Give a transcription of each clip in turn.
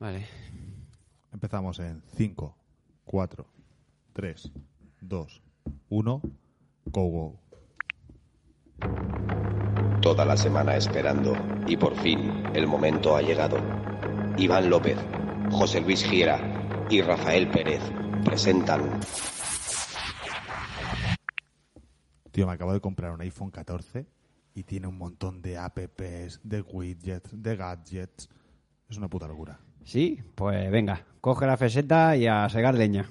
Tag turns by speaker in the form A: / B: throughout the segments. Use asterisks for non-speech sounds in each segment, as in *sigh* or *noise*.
A: Vale.
B: Empezamos en 5, 4, 3, 2, 1, go, go.
C: Toda la semana esperando y por fin el momento ha llegado. Iván López, José Luis Giera y Rafael Pérez presentan
B: Tío, me acabo de comprar un iPhone 14 y tiene un montón de apps, de widgets, de gadgets. Es una puta locura.
A: Sí, pues venga, coge la feseta y a segar leña.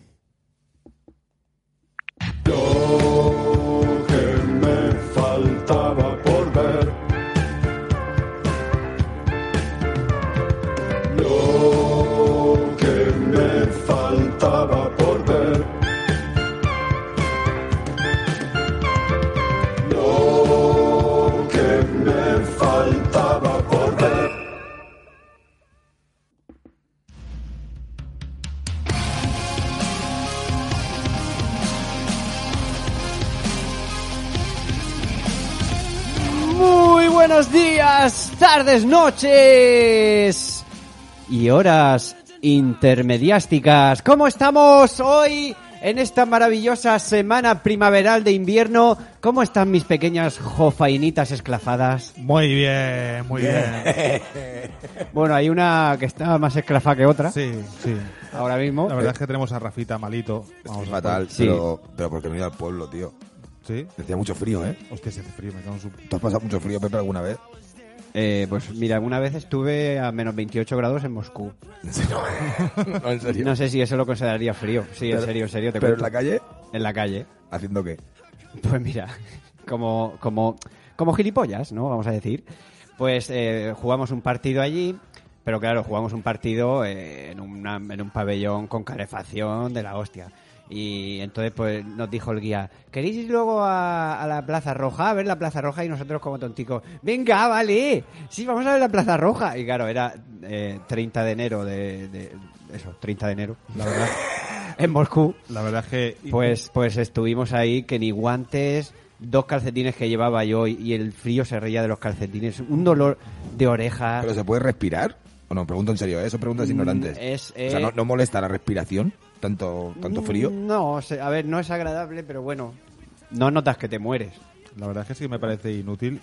A: Muy buenos días, tardes, noches y horas intermediásticas. ¿Cómo estamos hoy en esta maravillosa semana primaveral de invierno? ¿Cómo están mis pequeñas jofainitas esclafadas?
D: Muy bien, muy bien.
A: Bueno, hay una que está más esclafada que otra
B: Sí, sí.
A: ahora mismo. Eh,
B: La verdad es que tenemos a Rafita malito.
E: Estoy
B: Vamos,
E: fatal,
A: Sí.
E: pero, pero porque no he ido al pueblo, tío.
B: ¿Sí?
E: Decía mucho frío, ¿eh?
B: Hostia, se hace frío, me cago en su...
E: ¿Tú has pasado mucho frío, Pepe, alguna vez?
A: Eh, pues mira, alguna vez estuve a menos 28 grados en Moscú.
E: ¿En serio? no, en serio.
A: No sé si eso lo consideraría frío. Sí, en
E: Pero-
A: serio, en serio. Te
E: ¿Pero en
A: cuento.
E: la calle?
A: en la calle. *laughs*
E: ¿Haciendo qué?
A: Pues mira, *laughs* como, como, como gilipollas, ¿no? Vamos a decir. Pues eh, jugamos un partido allí, pero claro, jugamos un partido eh, en, una- en un pabellón con calefacción de la hostia. Y entonces pues nos dijo el guía, ¿queréis ir luego a, a la Plaza Roja? A ver la Plaza Roja y nosotros como tonticos, venga, vale, sí, vamos a ver la Plaza Roja. Y claro, era eh, 30 de enero de, de... Eso, 30 de enero, la verdad, en Moscú.
B: La verdad es que...
A: Pues, pues estuvimos ahí que ni guantes, dos calcetines que llevaba yo y, y el frío se reía de los calcetines, un dolor de oreja.
E: ¿Pero se puede respirar? O no, pregunto en serio, ¿eh? Son preguntas
A: Ah. Mm,
E: ignorantes.
A: es,
E: O sea, ¿no,
A: eh,
E: no molesta la respiración? ¿Tanto, tanto frío?
A: Mm, No, se- a ver, no es agradable, pero bueno, no notas que te mueres.
B: La verdad es que sí que me parece inútil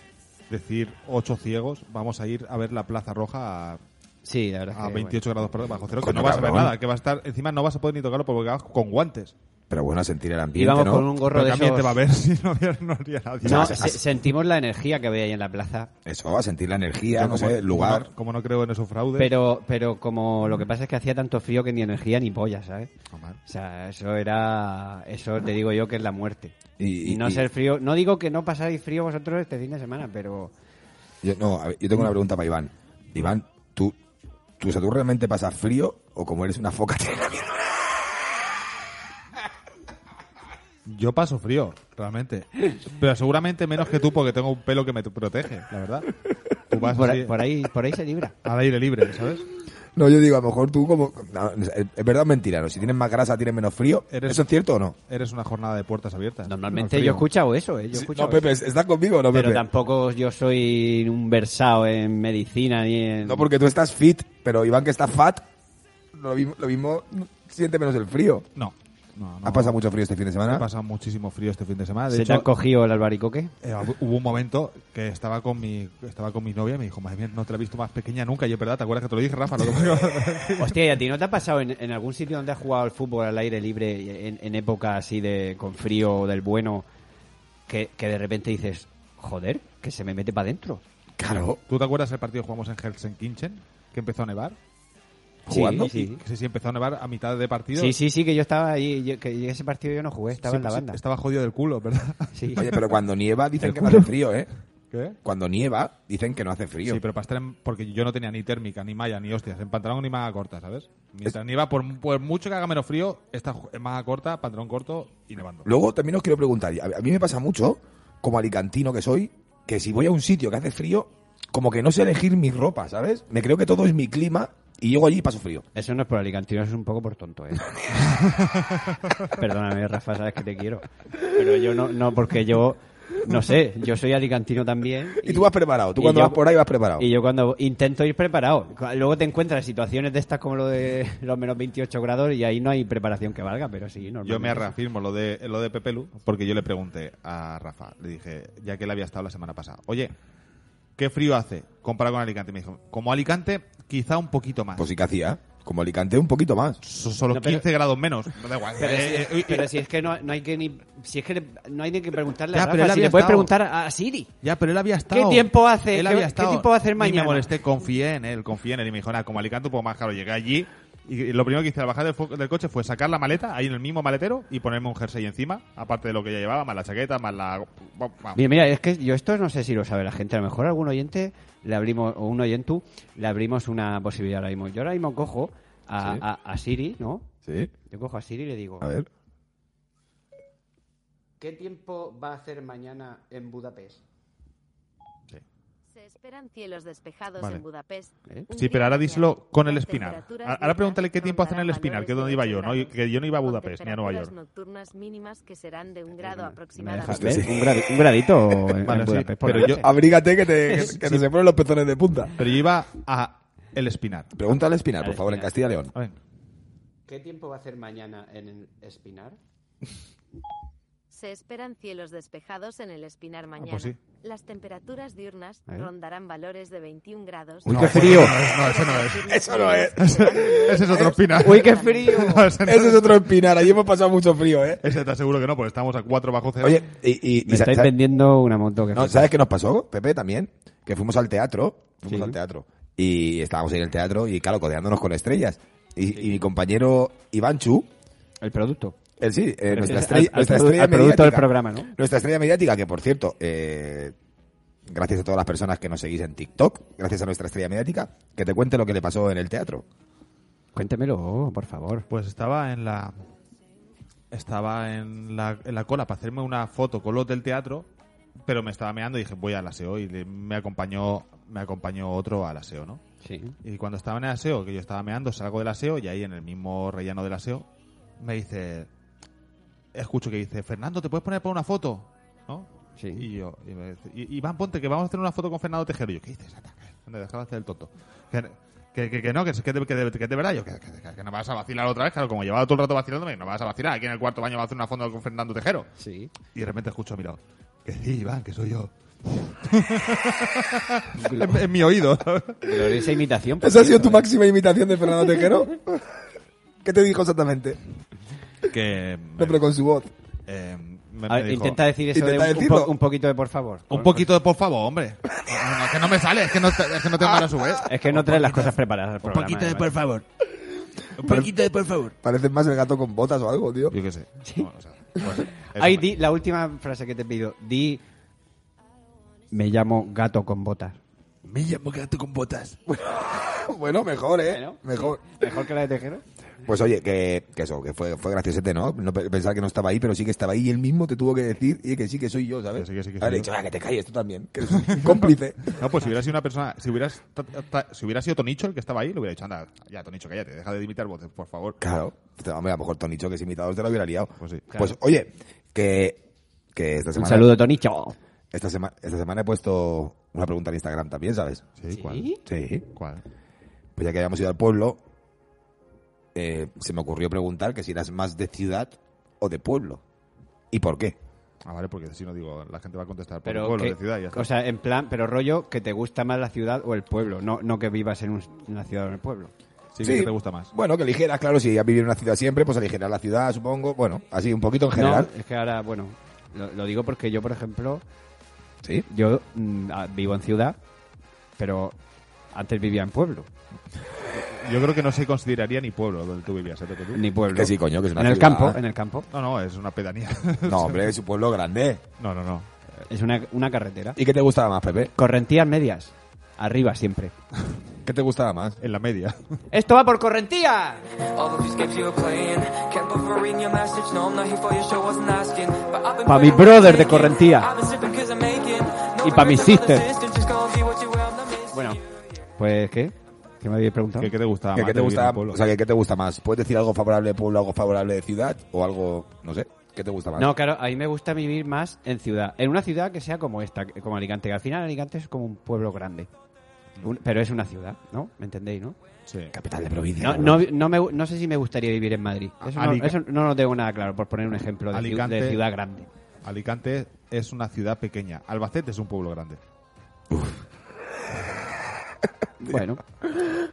B: decir ocho ciegos, vamos a ir a ver la Plaza Roja a,
A: Sí, la verdad.
E: Ah,
B: a
A: que,
B: 28 grados por bajo cero, que
E: Coño,
B: no vas a ver
E: cabrón.
B: nada, que va a estar... Encima no vas a poder ni tocarlo porque vas con guantes.
E: Pero bueno, a sentir el
A: bueno.
E: ambiente,
A: Íbamos
E: ¿no?
A: con un gorro
B: Pero
A: de
B: también
A: esos-
B: te va a ver *laughs* si no había, no había nadie.
A: No,
E: O sea,
A: se- sentimos la energía que había ahí en la plaza.
E: Eso, a sentir la energía,
B: Yo
E: no sé, el lugar.
B: Como, como no creo en esos
E: Pues-
B: fraudes...
A: Pero, pero como lo que pasa es que hacía tanto frío que ni energía ni polla, ¿sabes?
E: Ah,
B: No, mal.
A: O sea, eso era. Eso te digo yo que es la muerte.
E: Y-
A: Y,
E: y-
A: no
E: y-
A: ser frío. No digo que no pasáis frío vosotros este fin de semana, pero.
E: Yo, no, a ver, yo tengo una pregunta para Iván. Iván, ¿tú, tú, o sea, ¿tú realmente pasas frío o como eres una foca? *laughs* te da miedo?
B: Yo paso frío, realmente. Pero seguramente menos que tú porque tengo un pelo que me protege, la verdad. Tú vas
A: Por,
B: así
A: ahí- por ahí, por ahí se libra.
B: al aire libre, ¿sabes?
E: No, yo digo, a lo mejor tú como... no, es es verdad o mentira, ¿no? Si tienes más grasa, tienes menos frío.
B: Eres-
E: ¿Eso es cierto o no?
B: Eres una jornada de puertas abiertas.
A: Normalmente
B: No, frío.
A: yo he escuchado eso, ¿eh? Yo he
E: Sí,
A: escuchado
E: No, Pepe,
A: eso.
E: ¿estás conmigo o no, Pepe?
A: Pero tampoco yo soy un versado en medicina ni en.
E: No, porque tú estás fit, pero Iván que está fat, lo mismo, lo mismo siente menos el frío.
B: No, no, no.
E: ¿Ha pasado mucho frío este fin de semana?
B: Ha pasado muchísimo frío este fin de semana. De
A: ¿Se te
B: hecho,
A: han cogido el albaricoque?
B: eh, hubo un momento que estaba con mi estaba con mi novia y me dijo, madre mía, no te la he visto más pequeña nunca. Y yo, ¿verdad? ¿Te acuerdas que te lo dije, Rafa? Lo que-
A: *laughs*
B: pues,
A: Hostia, ¿y a ti no te ha pasado en, en algún sitio donde has jugado al fútbol al aire libre en, en época así de con frío o del bueno que, que de repente dices, joder, que se me mete para adentro?
E: Claro.
B: ¿Tú te acuerdas el partido que jugamos en Helsinki-Kinchen? Que empezó a nevar.
E: ¿Jugando?
A: Sí, sí.
B: Que sí, sí, empezó a nevar a mitad de partido.
A: Sí, sí, sí, que yo estaba ahí, yo- que yo ese partido yo no jugué, estaba
B: Sí,
A: en la
B: sí,
A: banda.
B: Estaba jodido del culo, ¿verdad? *laughs*
A: Sí.
E: Oye, pero cuando nieva dicen
A: El
E: que no hace frío, ¿eh?
B: ¿Qué?
E: Cuando nieva, dicen que no hace frío.
B: Sí, pero para estar en- Porque yo no tenía ni térmica, ni malla, ni hostias. En pantalón ni manga corta, ¿sabes? Mientras nieva, por, por mucho que haga menos frío, está en manga corta, pantalón corto y nevando.
E: Luego también os quiero preguntar, y a a mí me pasa mucho, como alicantino que soy, que si voy a un sitio que hace frío, como que no sé elegir mi ropa, ¿sabes? Me creo que todo es mi clima y llego allí y paso frío.
A: Eso no es por alicantino, eso es un poco por
E: *laughs*
A: tonto, ¿eh? Perdóname, Rafa, sabes que te quiero. Pero yo no, no, porque yo, no sé, yo soy alicantino también.
E: Y, tú vas preparado, tú
A: y
E: cuando
A: yo-
E: vas por ahí vas preparado.
A: Y yo cuando intento ir preparado. Luego te encuentras situaciones de estas como lo de los menos 28 grados y ahí no hay preparación que valga, pero sí, normalmente.
B: Yo me reafirmo lo de, lo de Pepelu, porque yo le pregunté a Rafa, le dije, ya que él había estado la semana pasada, oye, ¿qué frío hace comparado con Alicante? Me dijo, como Alicante, quizá un poquito más.
E: Pues sí que hacía, como alicante un poquito más.
B: So- Solo
A: No, pero-
B: 15 grados menos. No da igual.
A: *laughs* Pero,
B: Eh, eh,
A: si,
B: eh,
A: pero si es que no, no hay que ni si es que le- no hay ni que preguntarle
B: Ya,
A: a
B: pero él
A: Rafa, si
B: había
A: le puedes
B: estado.
A: preguntar a a Siri.
B: Ya, pero él había estado.
A: tiempo hace?
B: Él
A: ¿Qué-
B: había
A: qué
B: estado.
A: tiempo va a hacer
B: Ni
A: mañana?
B: me molesté, confié en él, confié en él. Y me dijo, nada, como Alicante, un poco más caro. Llegué allí y lo primero que hice al bajar del, fo- del coche fue sacar la maleta, ahí en el mismo maletero, y ponerme un jersey encima, aparte de lo que ya llevaba, más la chaqueta, más la. vamos.
A: Mira, mira, es que yo esto no sé si lo sabe la gente. A lo mejor a algún oyente le abrimos, o un oyentú, le abrimos una posibilidad ahora mismo. Yo ahora mismo cojo a,
E: Sí.
A: a- a Siri, ¿no?
E: Sí,
A: Yo cojo a Siri y le digo,
E: a ver.
A: ¿qué tiempo va a hacer mañana en Budapest?
F: Se esperan cielos despejados
B: Vale.
F: en Budapest.
A: ¿Eh?
F: un
B: Sí, pero
F: día
B: ahora
F: soleado,
B: díselo con el
F: las
B: Espinar.
F: temperaturas
B: A- Ahora
F: diurnas
B: pregúntale qué tiempo hace en el
F: rondarán
B: Espinar, que es
F: valores
B: donde
F: de
B: iba
F: 8
B: yo, ¿no? Y-
F: grados,
B: Que yo no iba a
F: con
B: Budapest, ni a Nueva
F: temperaturas
B: York. Eh,
F: nocturnas mínimas que serán de un
A: ¿Me
F: grado
A: dejas
F: Mm, aproximadamente.
A: ver? Un, gra- un gradito en
B: Vale, sí,
A: Budapest por la
B: pero yo-
A: noche.
E: Abrígate que te, que- *laughs* que te se ponen los pezones de punta.
B: Pero yo iba a el Espinar.
E: Pregúntale a Espinar, por
A: Al
E: favor, en
A: Espinar.
E: Castilla y León.
B: A ver.
A: ¿Qué tiempo va a hacer mañana en el Espinar?
F: Se esperan cielos despejados en el Espinar mañana.
B: pues sí.
F: Las temperaturas diurnas
A: ¿Eh?
F: rondarán valores de 21 grados.
A: Uy, qué frío.
B: No, eso no es.
E: Eso no es.
B: *laughs* Ese es otro Espinar.
A: Uy, qué frío.
B: No, *laughs* ese no
E: eh, Ese
B: es.
E: es otro Espinar, allí hemos pasado mucho frío, ¿eh?
B: Ese te aseguro que no, porque estamos a 4 bajo cero.
E: Oye, y, y- y
A: Me
E: sa-
A: estáis
E: sa-
A: vendiendo una moto que
E: No,
A: flipas.
E: ¿Sabes qué nos pasó, Pepe, también? Que fuimos al teatro. Fuimos
A: Sí.
E: al teatro. Y estábamos ahí en el teatro y, claro, codeándonos con estrellas. Y, y mi compañero Iván Chu,
A: el producto.
E: él sí, eh, nuestra
A: Al-
E: estrella,
A: al
E: nuestra
A: produ-
E: estrella
A: al producto del
E: mediática.
A: programa, ¿no?
E: Nuestra estrella mediática, que por cierto, eh, gracias a todas las personas que nos seguís en TikTok, gracias a nuestra estrella mediática, que te cuente lo que le pasó en el teatro.
A: Cuéntemelo, por favor.
B: Pues estaba en la. Estaba en la, en la cola para hacerme una foto con los del teatro, pero me estaba meando y dije, voy al aseo. E Y le- me acompañó, me acompañó otro al aseo, E ¿no?
A: Sí.
B: Y cuando estaba en el aseo, que yo estaba meando, salgo del aseo y ahí en el mismo rellano del aseo me dice, escucho que dice, Fernando, ¿te puedes poner para una foto? ¿No?
A: Sí.
B: Y yo, y me dice, "I- Iván, ponte que vamos a hacer una foto con Fernando Tejero. Y yo, ¿qué dices? Ataca, Anda, deja de hacer el tonto. Que, que, que- que no, que, que, te- que, te- que te verá yo, que, que, que- que no vas a vacilar otra vez. Claro, como llevaba todo el rato vacilándome, no vas a vacilar. Aquí en el cuarto baño vas a hacer una foto con Fernando Tejero.
A: Sí.
B: Y de repente escucho, mira, que sí, Iván, que soy yo. *laughs* en, en mi oído.
A: Gloriosa imitación. por
E: *laughs* ¿Esa ha sido
A: cierto,
E: tu
A: ¿eh?
E: máxima imitación de Fernando Tejero? *laughs* ¿Qué te dijo exactamente?
B: que
E: No, pero con su voz.
B: Eh, me-
A: A
B: me
A: ver,
B: dijo,
A: intenta decir eso
E: Intenta
A: de un- un,
E: decirlo.
A: po- un poquito de por favor.
B: Un poquito de por favor, hombre. No, no, que no me sale, es que no, es que no tengo ahora su vez.
A: Es que no traes las cosas preparadas al
D: Un
A: programa.
D: poquito de
A: además.
D: por favor. Un poquito de por favor.
E: Pareces más el gato con botas o algo, tío.
B: Yo qué sé. No, o sea, bueno, eso
A: Ay,
B: me-
A: di la última frase que te pido. Di. Me llamo gato con botas.
D: Me llamo gato con botas.
E: Bueno, mejor, ¿eh?
A: Bueno,
E: Mejor.
A: ¿Mejor que la de Tejero?
E: Pues oye, que, que eso, que fue, fue graciosete, ¿no? No pe- pensaba que no estaba ahí, pero sí que estaba ahí y él mismo te tuvo que decir y que sí que soy yo, ¿sabes?
B: Que sí, que sí, que
E: Haberle
B: soy
E: dicho,
B: yo.
E: "Ah, que te calles tú también, que eres un *laughs* cómplice.
B: No, pues si hubiera sido una persona, si hubieras ta- ta- si hubiera sido Tonicho el que estaba ahí, le hubiera dicho, anda, ya Tonicho, cállate, deja de imitar voces, por favor.
E: claro. Te- Hombre, a lo mejor Tonicho, que es imitador, te lo hubiera liado.
B: Pues sí.
E: Pues oye, que, que esta
A: Un
E: semana...
A: saludo, Tonicho.
E: Esta, sema- esta semana he puesto una pregunta en Instagram también, ¿sabes?
B: Sí, ¿cuál?
A: ¿Sí?
E: Sí.
B: ¿Cuál?
E: Pues ya que habíamos ido al pueblo, eh, se me ocurrió preguntar que si eras más de ciudad o de pueblo. ¿Y por qué?
B: Ah, vale, porque si no digo, la gente va a contestar por
A: Pero
B: pueblo,
A: que-
B: de ciudad, y ya está.
A: o sea, en plan, pero rollo que te gusta más la ciudad o el pueblo, no, no que vivas en, un- en la ciudad o en el pueblo.
B: sí, que te gusta más.
E: Bueno, que eligieras, claro, si ya vivir en una ciudad siempre, pues eligieras la ciudad, supongo. Bueno, así un poquito en general.
A: No, es que ahora, bueno, lo, lo digo porque yo, por ejemplo,
E: Sí.
A: yo mm, ah, vivo en ciudad, pero antes vivía en pueblo,
B: Yo creo que no se consideraría ni pueblo donde tú vivías, ¿eh, Pepe, tú?
A: ni pueblo.
E: Que sí, coño, que es una
A: en el
E: ciudad.
A: campo, en el campo.
B: No, no, es una pedanía. *laughs*
E: No, hombre, es un pueblo grande.
B: No, no, no.
A: Es una, una carretera.
E: ¿Y qué te gustaba más, Pepe?
A: Correntías medias. Arriba siempre.
E: ¿Qué te gustaba más?
B: En la media.
A: ¡Esto va por correntías!
G: Pa' mi brother de Correntía. Y pa' mi sister.
A: Bueno, pues ¿qué? ¿Qué me habéis preguntado?
B: ¿Qué, qué te gustaba
E: ¿Qué,
B: más
E: qué te
B: de vivir en
E: gusta,
B: un pueblo?
E: o sea, ¿qué, qué te gusta más? ¿Puedes decir algo favorable de pueblo, algo favorable de ciudad o algo, no sé? ¿Qué te gusta más?
A: No, claro, a mí me gusta vivir más en ciudad. En una ciudad que sea como esta, que- como Alicante. Que al final Alicante es como un pueblo grande. Un- pero es una ciudad, ¿no? ¿Me entendéis, no?
B: Sí.
E: Capital de provincia.
A: No,
E: cabrón.
A: no, no me, no sé si me gustaría vivir en Madrid. Eso no,
B: Alica-
A: eso no lo tengo nada claro, por poner un ejemplo de, ciu- de
B: Alicante-
A: ciudad grande.
B: Alicante es una ciudad pequeña. Albacete es un pueblo grande.
A: Bueno,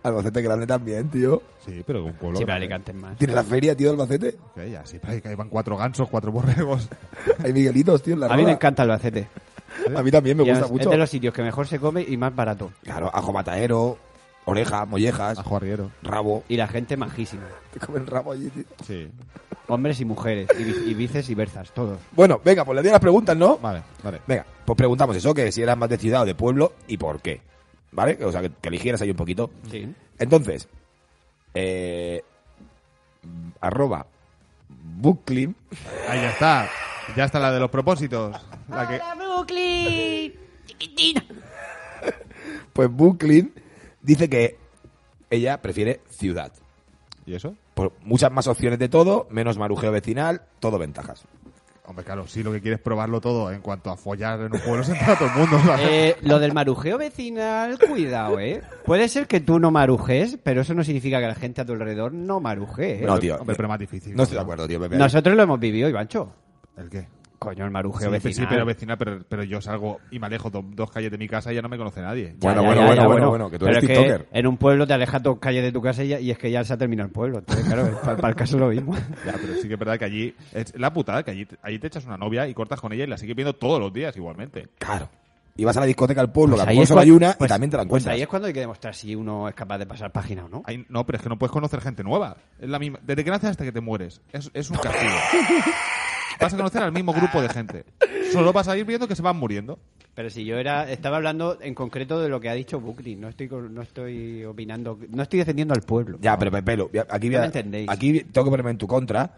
E: Albacete grande también, tío.
B: Sí, pero un pueblo.
A: sí, pero
B: grande.
A: Alicante es más.
E: ¿Tiene la feria, tío, de Albacete?
B: Que ya, sí, pero ahí- que ahí van cuatro gansos, cuatro borregos.
E: Hay Miguelitos, tío, en la
A: A mí me
E: Roda.
A: encanta Albacete.
E: A mí también me
A: Y
E: gusta
A: es-
E: mucho.
A: Es de los sitios que mejor se come y más barato.
E: Claro, ajo mataero, orejas, mollejas,
B: Ajo arriero.
E: rabo. *laughs*
A: Y la gente majísima.
E: Te comen rabo allí, tío.
B: Sí.
A: Hombres y mujeres, y, bi- y bices y berzas, todos.
E: Bueno, venga, pues le di las preguntas, ¿no?
B: Vale, vale.
E: Venga, pues preguntamos eso, que si eras más de ciudad o de pueblo y por qué. ¿Vale? O sea, que, que eligieras ahí un poquito.
A: Sí.
E: Entonces, eh, arroba Bookclim.
B: Ahí ya está. Ya está la de los propósitos. La que...
E: Pues Bookclim dice que ella prefiere ciudad.
B: ¿Y eso?
E: Por muchas más opciones de todo, menos marujeo vecinal, todo ventajas.
B: Hombre, claro, sí, lo que quieres es probarlo todo. En cuanto a follar en un pueblo, *laughs* se entera todo el mundo. ¿vale?
A: Eh, lo del marujeo vecinal, cuidado, ¿eh? Puede ser que tú no marujes, pero eso no significa que la gente a tu alrededor no marujee. ¿eh?
E: No, tío.
B: Hombre, pero más difícil.
E: No estoy de acuerdo, tío. Pepe.
A: Nosotros lo hemos vivido, Ivancho.
B: ¿El qué?
A: Coño, el marujeo
B: Sí,
A: vecinal.
B: sí, pero vecina, pero, pero yo salgo y me alejo do- dos calles de mi casa y ya no me conoce nadie.
A: Ya,
E: Bueno,
A: ya,
E: bueno,
A: ya,
E: bueno,
A: ya,
E: bueno, bueno, que tú
A: Pero
E: eres
A: es
E: TikToker.
A: En un pueblo te alejas dos calles de tu casa y, ya- y es que ya se ha terminado el pueblo. Entonces,
E: *laughs*
A: claro, para, el caso lo mismo.
B: Ya, pero sí que es verdad que allí. Es la putada que allí, allí te echas una novia y cortas con ella y la sigues viendo todos los días igualmente.
E: Claro. Y vas a la discoteca al pueblo,
A: Pues
E: que a
A: ahí
E: lo mejor
A: es
E: solo hay
A: cuando-
E: una
A: pues-
E: y también te la
A: Pues
E: encuentras.
A: ahí es cuando hay que demostrar si uno es capaz de pasar página o no.
B: Ay, no, pero es que no puedes conocer gente nueva. Es la misma. Desde que naces hasta que te mueres. Es, es un castigo. vas a conocer al mismo grupo de gente. Solo vas a ir viendo que se van muriendo.
A: Pero si yo era estaba hablando en concreto de lo que ha dicho Buckley, no estoy con- no estoy opinando, no estoy defendiendo al pueblo.
E: Ya, pero Pepe, lo- aquí, voy
A: No
E: a-
A: me entendéis.
E: aquí tengo que ponerme en tu contra,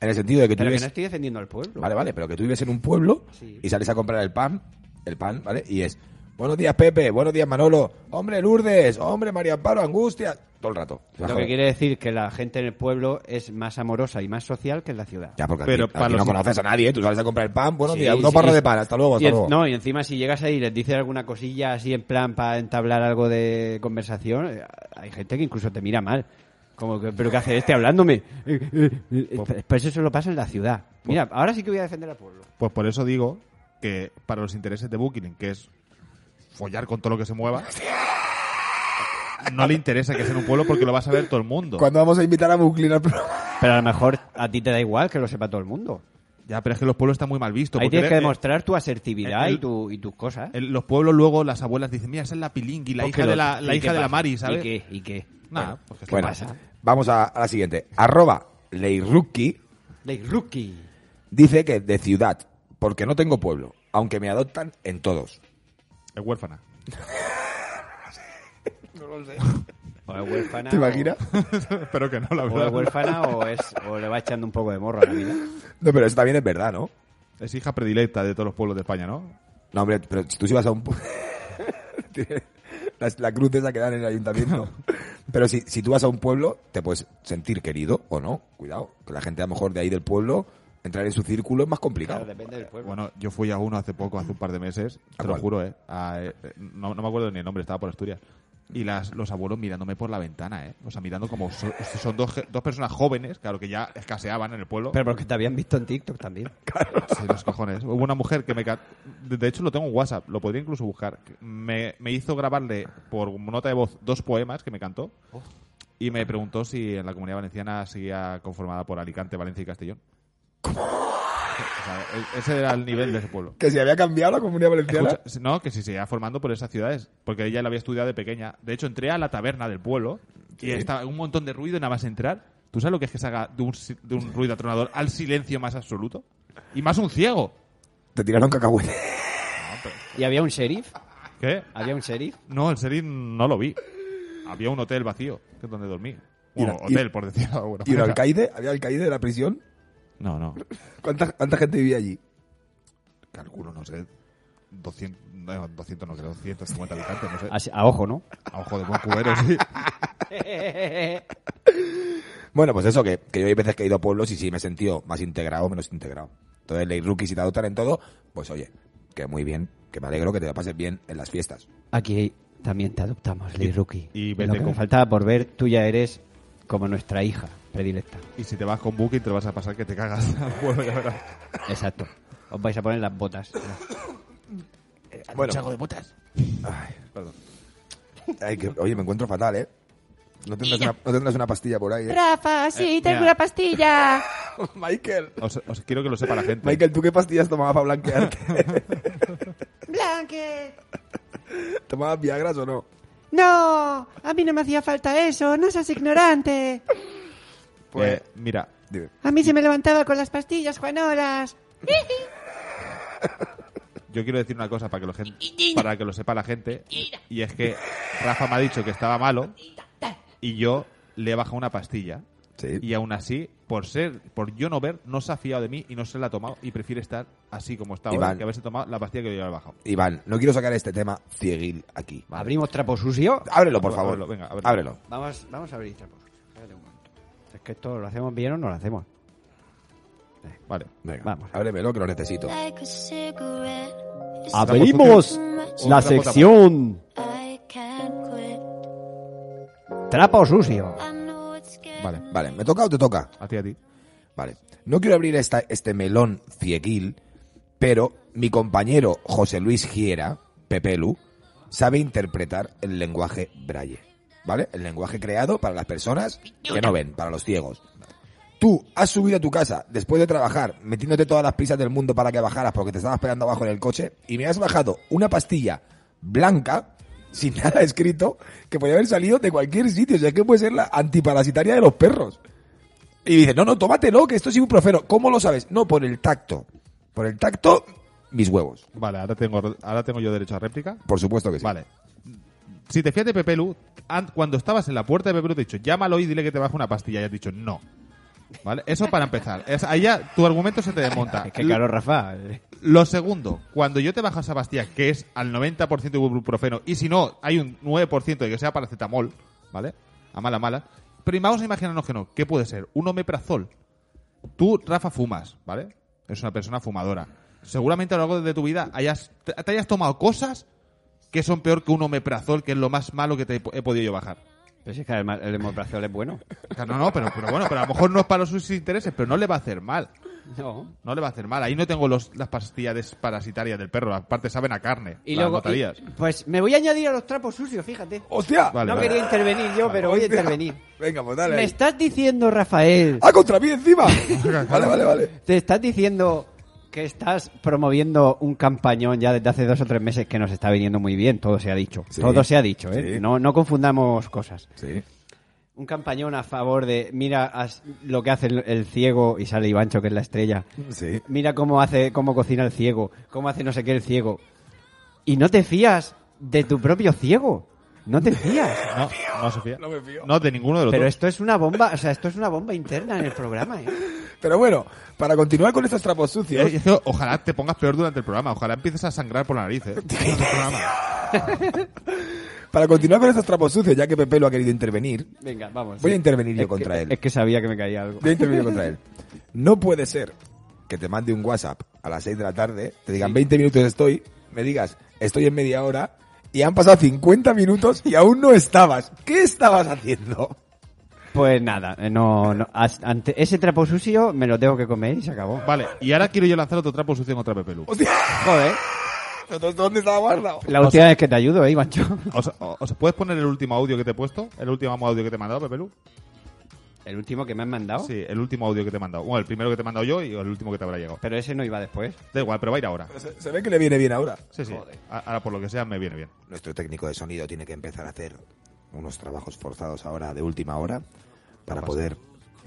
E: en el sentido de que tú
A: Pero que
E: vives...
A: no estoy defendiendo al pueblo.
E: Vale, vale, pero que tú vives en un pueblo
A: Sí.
E: y sales a comprar el pan, el pan, ¿vale? Y es, buenos días Pepe, buenos días Manolo, hombre Lourdes, hombre María Amparo, Angustia, todo el rato.
A: Lo
E: Joder.
A: que quiere decir que la gente en el pueblo es más amorosa y más social que en la ciudad.
E: Ya, porque
B: Pero
E: aquí,
B: para
E: aquí no
B: los-
E: conoces a nadie, ¿eh? tú sales a comprar el pan, buenos
A: Sí,
E: días, unos
A: sí,
E: barras
A: y-
E: de pan, hasta luego,
A: y
E: hasta
A: en-
E: luego.
A: no, y encima si llegas ahí y les dices alguna cosilla así en plan para entablar algo de conversación, eh, hay gente que incluso te mira mal. Como que, ¿pero qué hace este hablándome? Eh, eh, eh, Pues eso lo pasa en la ciudad.
E: Pues-
A: Mira, ahora sí que voy a defender al pueblo.
B: Pues por eso digo que para los intereses de Booking, que es follar con todo lo que se mueva, no le interesa que sea en un pueblo porque lo vas a ver todo el mundo.
E: ¿Cuándo vamos a invitar a Brooklyn al programa?
A: Pero a lo mejor a ti te da igual que lo sepa todo el mundo.
B: Ya, pero es que los pueblos están muy mal vistos.
A: Ahí
B: porque
A: tienes que
B: el-
A: demostrar tu asertividad
B: el-
A: y, tu, y tus cosas. ¿eh?
B: el- los pueblos luego las abuelas dicen, mira, esa es la Pilingui, la
A: Porque
B: hija de
A: lo-
B: la, la
A: ¿y
B: hija
A: qué
B: de la
A: pasa?
B: Mari, ¿sabes?
A: ¿Y qué? ¿Y qué?
B: Nada, pues que-
E: Bueno,
A: pasa?
E: vamos a, a la siguiente. Arroba Leirruki
A: Like rookie.
E: dice que de ciudad, porque no tengo pueblo, aunque me adoptan en todos.
B: es huérfana. *laughs*
A: O es huérfana.
E: ¿Te imaginas?
B: Espero que no, la
A: O, o
B: verdad.
A: es huérfana o, es, o le va echando un poco de morro a la vida. *laughs*
E: No, pero eso también es verdad, ¿no?
B: Es hija predilecta de todos los pueblos de España, ¿no?
E: No, hombre, pero si tú si vas a un... pu- *laughs* Tiene la, la cruz esa que dan en el ayuntamiento. Pero si, si tú vas a un pueblo, te puedes sentir querido o no. Cuidado, que la gente a lo mejor de ahí del pueblo, entrar en su círculo es más complicado.
A: Claro, depende del pueblo.
B: Bueno, yo fui a uno hace poco, hace un par de meses,
E: ¿A
B: te lo
E: cuál?
B: juro, ¿eh? A, eh, no, no me acuerdo ni el nombre, estaba por Asturias. Y las, los abuelos mirándome por la ventana, ¿eh? O sea, mirando como so- son dos, ge- dos personas jóvenes, claro, que ya escaseaban en el pueblo.
A: Pero porque te habían visto en TikTok también.
B: Sí, los cojones. Hubo una mujer que me... ca- De de hecho, lo tengo en WhatsApp, lo podría incluso buscar. que Me, me hizo grabarle por nota de voz dos poemas que me cantó. Y me preguntó si en la comunidad valenciana seguía conformada por Alicante, Valencia y Castellón. O sea, e- ese era el nivel de ese pueblo.
E: Que si había cambiado la comunidad valenciana.
B: Escucha, no, que si se iba formando por esas ciudades, porque ella la había estudiado de pequeña. De hecho, entré a la taberna del pueblo y estaba un montón de ruido y nada más entrar. ¿Tú sabes lo que es que se haga de un, si- de un ruido atronador al silencio más absoluto? Y más un ciego.
E: Te tiraron cacahuete.
A: ¿Y había un sheriff?
B: ¿Qué?
A: ¿Había un sheriff?
B: No, el serie no lo vi. Había un hotel vacío, que es donde dormí.
E: Y
B: Bueno,
E: la- y-
B: hotel, por decirlo de alguna
E: ¿Y el
B: manera.
E: alcaide? ¿Había alcaide de la prisión?
B: No, no.
E: ¿Cuánta, cuánta gente vivía allí?
B: Calculo, no sé. 200, no, 200 no creo, 250 habitantes, no *laughs* sé.
A: Así- a ojo, *laughs* ¿no?
B: A ojo de buen cubero, sí.
E: Bueno, pues eso, que, que yo hay veces que he ido a pueblos y sí me he sentido más integrado o menos integrado. Entonces, ley rookies si te adoptan en todo, pues oye, que muy bien, que me alegro que te la pases bien en las fiestas.
A: Aquí también te adoptamos, Lee Rookie.
B: y
A: Y
B: vete
A: lo que
B: con-
A: me faltaba por ver, tú ya eres como nuestra hija predilecta.
B: Y si te vas con Booking, te lo vas a pasar que te cagas. *laughs* Bueno, ya verás.
A: Exacto. Os vais a poner las *coughs* botas. Eh,
E: Bueno,
D: Chago de botas.
E: ay, que- oye, me encuentro fatal, ¿eh? No tendrás, una, no tendrás una pastilla por ahí, ¿eh?
H: Rafa, sí,
B: Eh,
H: tengo
B: mira.
H: una pastilla.
E: *laughs* Michael,
B: Os, os quiero que lo sepa la gente.
E: Michael, ¿tú qué pastillas tomabas para blanquearte? *laughs*
H: Blanque.
E: ¿Tomabas Viagras o no?
H: No, a mí no me hacía falta eso, no seas ignorante.
B: Pues, mira,
E: Dime.
H: A mí se me levantaba con las pastillas, Juanolas.
B: yo quiero decir una cosa para que lo, gen- para que lo sepa la gente. Y es que Rafa me ha dicho que estaba malo y yo le he bajado una pastilla.
E: Sí.
B: Y aún así, por ser, por yo no ver, no se ha fiado de mí y no se la ha tomado y prefiere estar así como está ahora
E: Iván.
B: que haberse tomado la pastilla que yo le he bajado.
E: Iván, no quiero sacar este tema cieguil aquí.
A: ¿Abrimos trapo sucio?
E: Ábrelo, por
B: Ábrelo,
E: favor.
B: ábrelo, venga, ábrelo.
E: ábrelo.
A: Vamos, vamos a abrir trapo sucio. Espérate un momento. Es que esto lo hacemos bien o no lo hacemos.
B: Vale.
E: Venga,
A: Vamos.
E: ábremelo, que lo necesito.
G: Abrimos la sección
A: Trapo sucio.
B: Vale.
E: Vale, ¿me toca o te toca?
B: A ti, a ti.
E: Vale. No quiero abrir esta, este melón cieguil, pero mi compañero José Luis Giera, Pepelu, sabe interpretar el lenguaje braille. ¿Vale? El lenguaje creado para las personas que no ven, para los ciegos. Tú has subido a tu casa después de trabajar, metiéndote todas las prisas del mundo para que bajaras porque te estabas pegando abajo en el coche, y me has bajado una pastilla blanca, sin *laughs* nada escrito, que podía haber salido de cualquier sitio. O sea, que puede ser la antiparasitaria de los perros. Y dice, no, no, tómatelo, que esto es ibuprofeno. ¿Cómo lo sabes? No, por el tacto. Por el tacto, mis huevos.
B: Vale, ahora tengo, ahora tengo yo derecho a réplica.
E: Por supuesto que sí.
B: Vale. Si te fías de Pepelu, an- cuando estabas en la puerta de Pepelu te he dicho, llámalo y dile que te baje una pastilla. Y has dicho, no. ¿Vale? Eso para empezar. Es, ahí ya tu argumento se te desmonta.
A: *laughs* Es que claro, Rafa. eh,
B: Lo segundo, cuando yo te bajo esa pastilla, que es al 90% ibuprofeno, y si no, hay un 9% de que sea paracetamol, ¿vale? A mala mala. Pero vamos a imaginarnos que no. ¿Qué puede ser? Un omeprazol. Tú, Rafa, fumas, ¿vale? Eres una persona fumadora. Seguramente a lo largo de tu vida hayas, te, te hayas tomado cosas que son peor que un omeprazol, que es lo más malo que te he po- he podido yo bajar.
A: Pero si es que además el hemoprazol es *laughs* bueno.
B: Claro, No, no, pero, pero bueno, pero a lo mejor no es para sus intereses, pero no le va a hacer mal.
A: No.
B: No le va a hacer mal. Ahí no tengo los, las pastillas desparasitarias del perro. Aparte saben a carne.
A: Y
B: las
A: luego.
B: notarías.
A: y- pues me voy a añadir a los trapos sucios, fíjate.
E: ¡Hostia!
B: Vale,
A: no
B: vale.
A: quería intervenir yo, pero voy a intervenir.
E: Venga, pues dale.
A: Me
E: ahí.
A: estás diciendo, Rafael,
E: ¡Ah, contra
A: *laughs*
E: mí encima! vale, vale, vale.
A: te estás diciendo que estás promoviendo un campañón ya desde hace dos o tres meses que nos está viniendo muy bien, todo se ha dicho.
E: Sí.
A: Todo se ha dicho, ¿eh?
E: Sí.
A: No, no confundamos cosas.
E: Sí.
A: Un campañón a favor de, mira as- lo que hace el, el ciego y sale Ivancho, que es la estrella.
E: Sí.
A: Mira cómo hace, cómo cocina el ciego, cómo hace no sé qué el ciego. Y no te fías de tu propio ciego. No te fías.
B: No, no, Sofía. No me fío. No, de ninguno de los
A: Pero este esto
B: dos.
A: es una bomba, o sea, esto es una bomba interna en el programa, ¿eh?
E: Pero bueno, para continuar con estos trapos sucios,
B: Eh, es que ojalá te pongas peor durante el programa. Ojalá empieces a sangrar por la
A: *laughs*
B: nariz. ¿eh? Durante el programa.
E: para continuar con estos trapos sucios, ya que Pepe lo ha querido intervenir,
A: Venga, vamos.
E: voy a
A: sí.
E: intervenir yo
A: Es
E: contra
A: que-
E: él.
A: Es que sabía que me caía algo.
E: Voy a intervenir contra él. No puede ser que te mande un WhatsApp a las 6 de la tarde, te digan 20 minutos estoy, me digas estoy en media hora y han pasado 50 minutos y aún no estabas. ¿Qué estabas haciendo?
A: Pues nada, eh, no, no as- ante- ese trapo sucio me lo tengo que comer y se acabó.
B: Vale, y ahora quiero yo lanzar otro trapo sucio contra Pepelu.
E: Hostia,
A: Joder,
E: ¿dó- ¿dónde estaba guardado?
A: la última vez que te ayudo, eh, Ivancho.
B: ¿Os, os puedes poner el último audio que te he puesto? ¿El último audio que te he mandado, Pepelu?
A: El último que me han mandado,
B: Sí, el último audio que te he mandado. Bueno, el primero que te he mandado yo y el último que te habrá llegado.
A: pero ese no iba después.
B: Da igual, pero va a ir ahora.
E: Se, se ve que le viene bien ahora.
B: Sí, sí. A- Ahora, por lo que sea, me viene bien. *laughs*
E: Nuestro técnico de sonido tiene que empezar a hacer unos trabajos forzados ahora de última hora para poder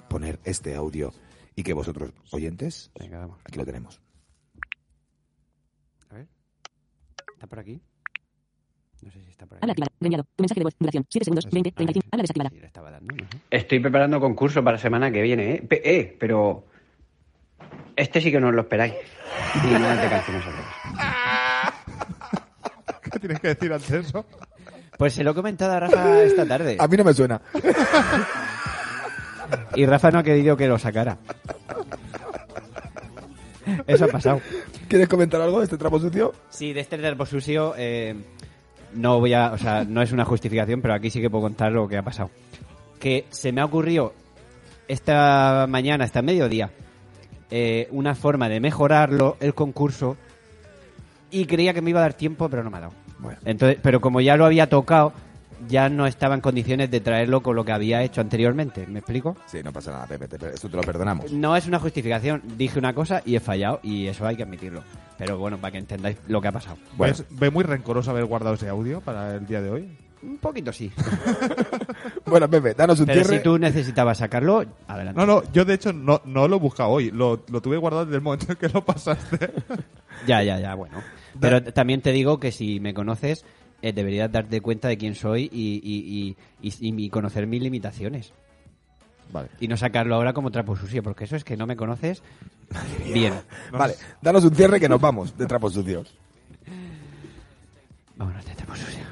E: poner este audio y que vosotros, oyentes,
A: Venga, vamos.
E: aquí lo tenemos.
A: ¿Está por aquí? No sé si está por aquí. Ah,
I: Habla activada. Enviado. Tu mensaje de voz. Duración. 7 segundos. 20, 35. Habla desactivada.
A: Sí, le estaba dando, no sé.
J: Estoy preparando concurso para la semana que viene, ¿eh? Pe- eh, pero. Este sí que no os lo esperáis. Y no es de canciones otra cosa.
B: ¿Qué tienes que decir ante eso?
A: Pues se lo he comentado a Rafa esta tarde.
E: A mí no me suena.
A: Y Rafa no ha querido que lo sacara. Eso ha pasado.
E: ¿Quieres comentar algo de este trapo sucio?
A: Sí, de este trapo sucio eh, no voy a, o sea, no es una justificación, pero aquí sí que puedo contar lo que ha pasado. Que se me ha ocurrido esta mañana, hasta mediodía, eh, una forma de mejorarlo el concurso y creía que me iba a dar tiempo, pero no me ha dado.
E: Bueno.
A: Entonces, pero como ya lo había tocado, ya no estaba en condiciones de traerlo con lo que había hecho anteriormente. ¿Me explico?
E: Sí, no pasa nada, Pepe. te- te- Eso te lo perdonamos.
A: No es una justificación. Dije una cosa y he fallado y eso hay que admitirlo. Pero bueno, para que entendáis lo que ha pasado.
E: Bueno,
B: ¿Ves- ¿Ve muy rencoroso haber guardado ese audio para el día de hoy?
A: Un poquito sí. *laughs*
E: *laughs* bueno Pepe, danos un
A: Pero
E: cierre.
A: si tú necesitabas sacarlo, adelante.
B: No, no, yo de hecho no, no lo he buscado hoy. Lo, lo tuve guardado desde el momento en que lo pasaste. *laughs* Eh,
A: Ya, ya, ya, bueno. Pero t- también te digo que si me conoces, eh, deberías darte cuenta de quién soy y, y- y- y- y- y conocer mis limitaciones.
B: Vale.
A: Y no sacarlo ahora como trapo sucio, porque eso es que no me conoces bien.
E: Vale, danos un cierre que nos vamos de
A: *laughs*
E: trapos sucios.
A: Vámonos de trapo sucio.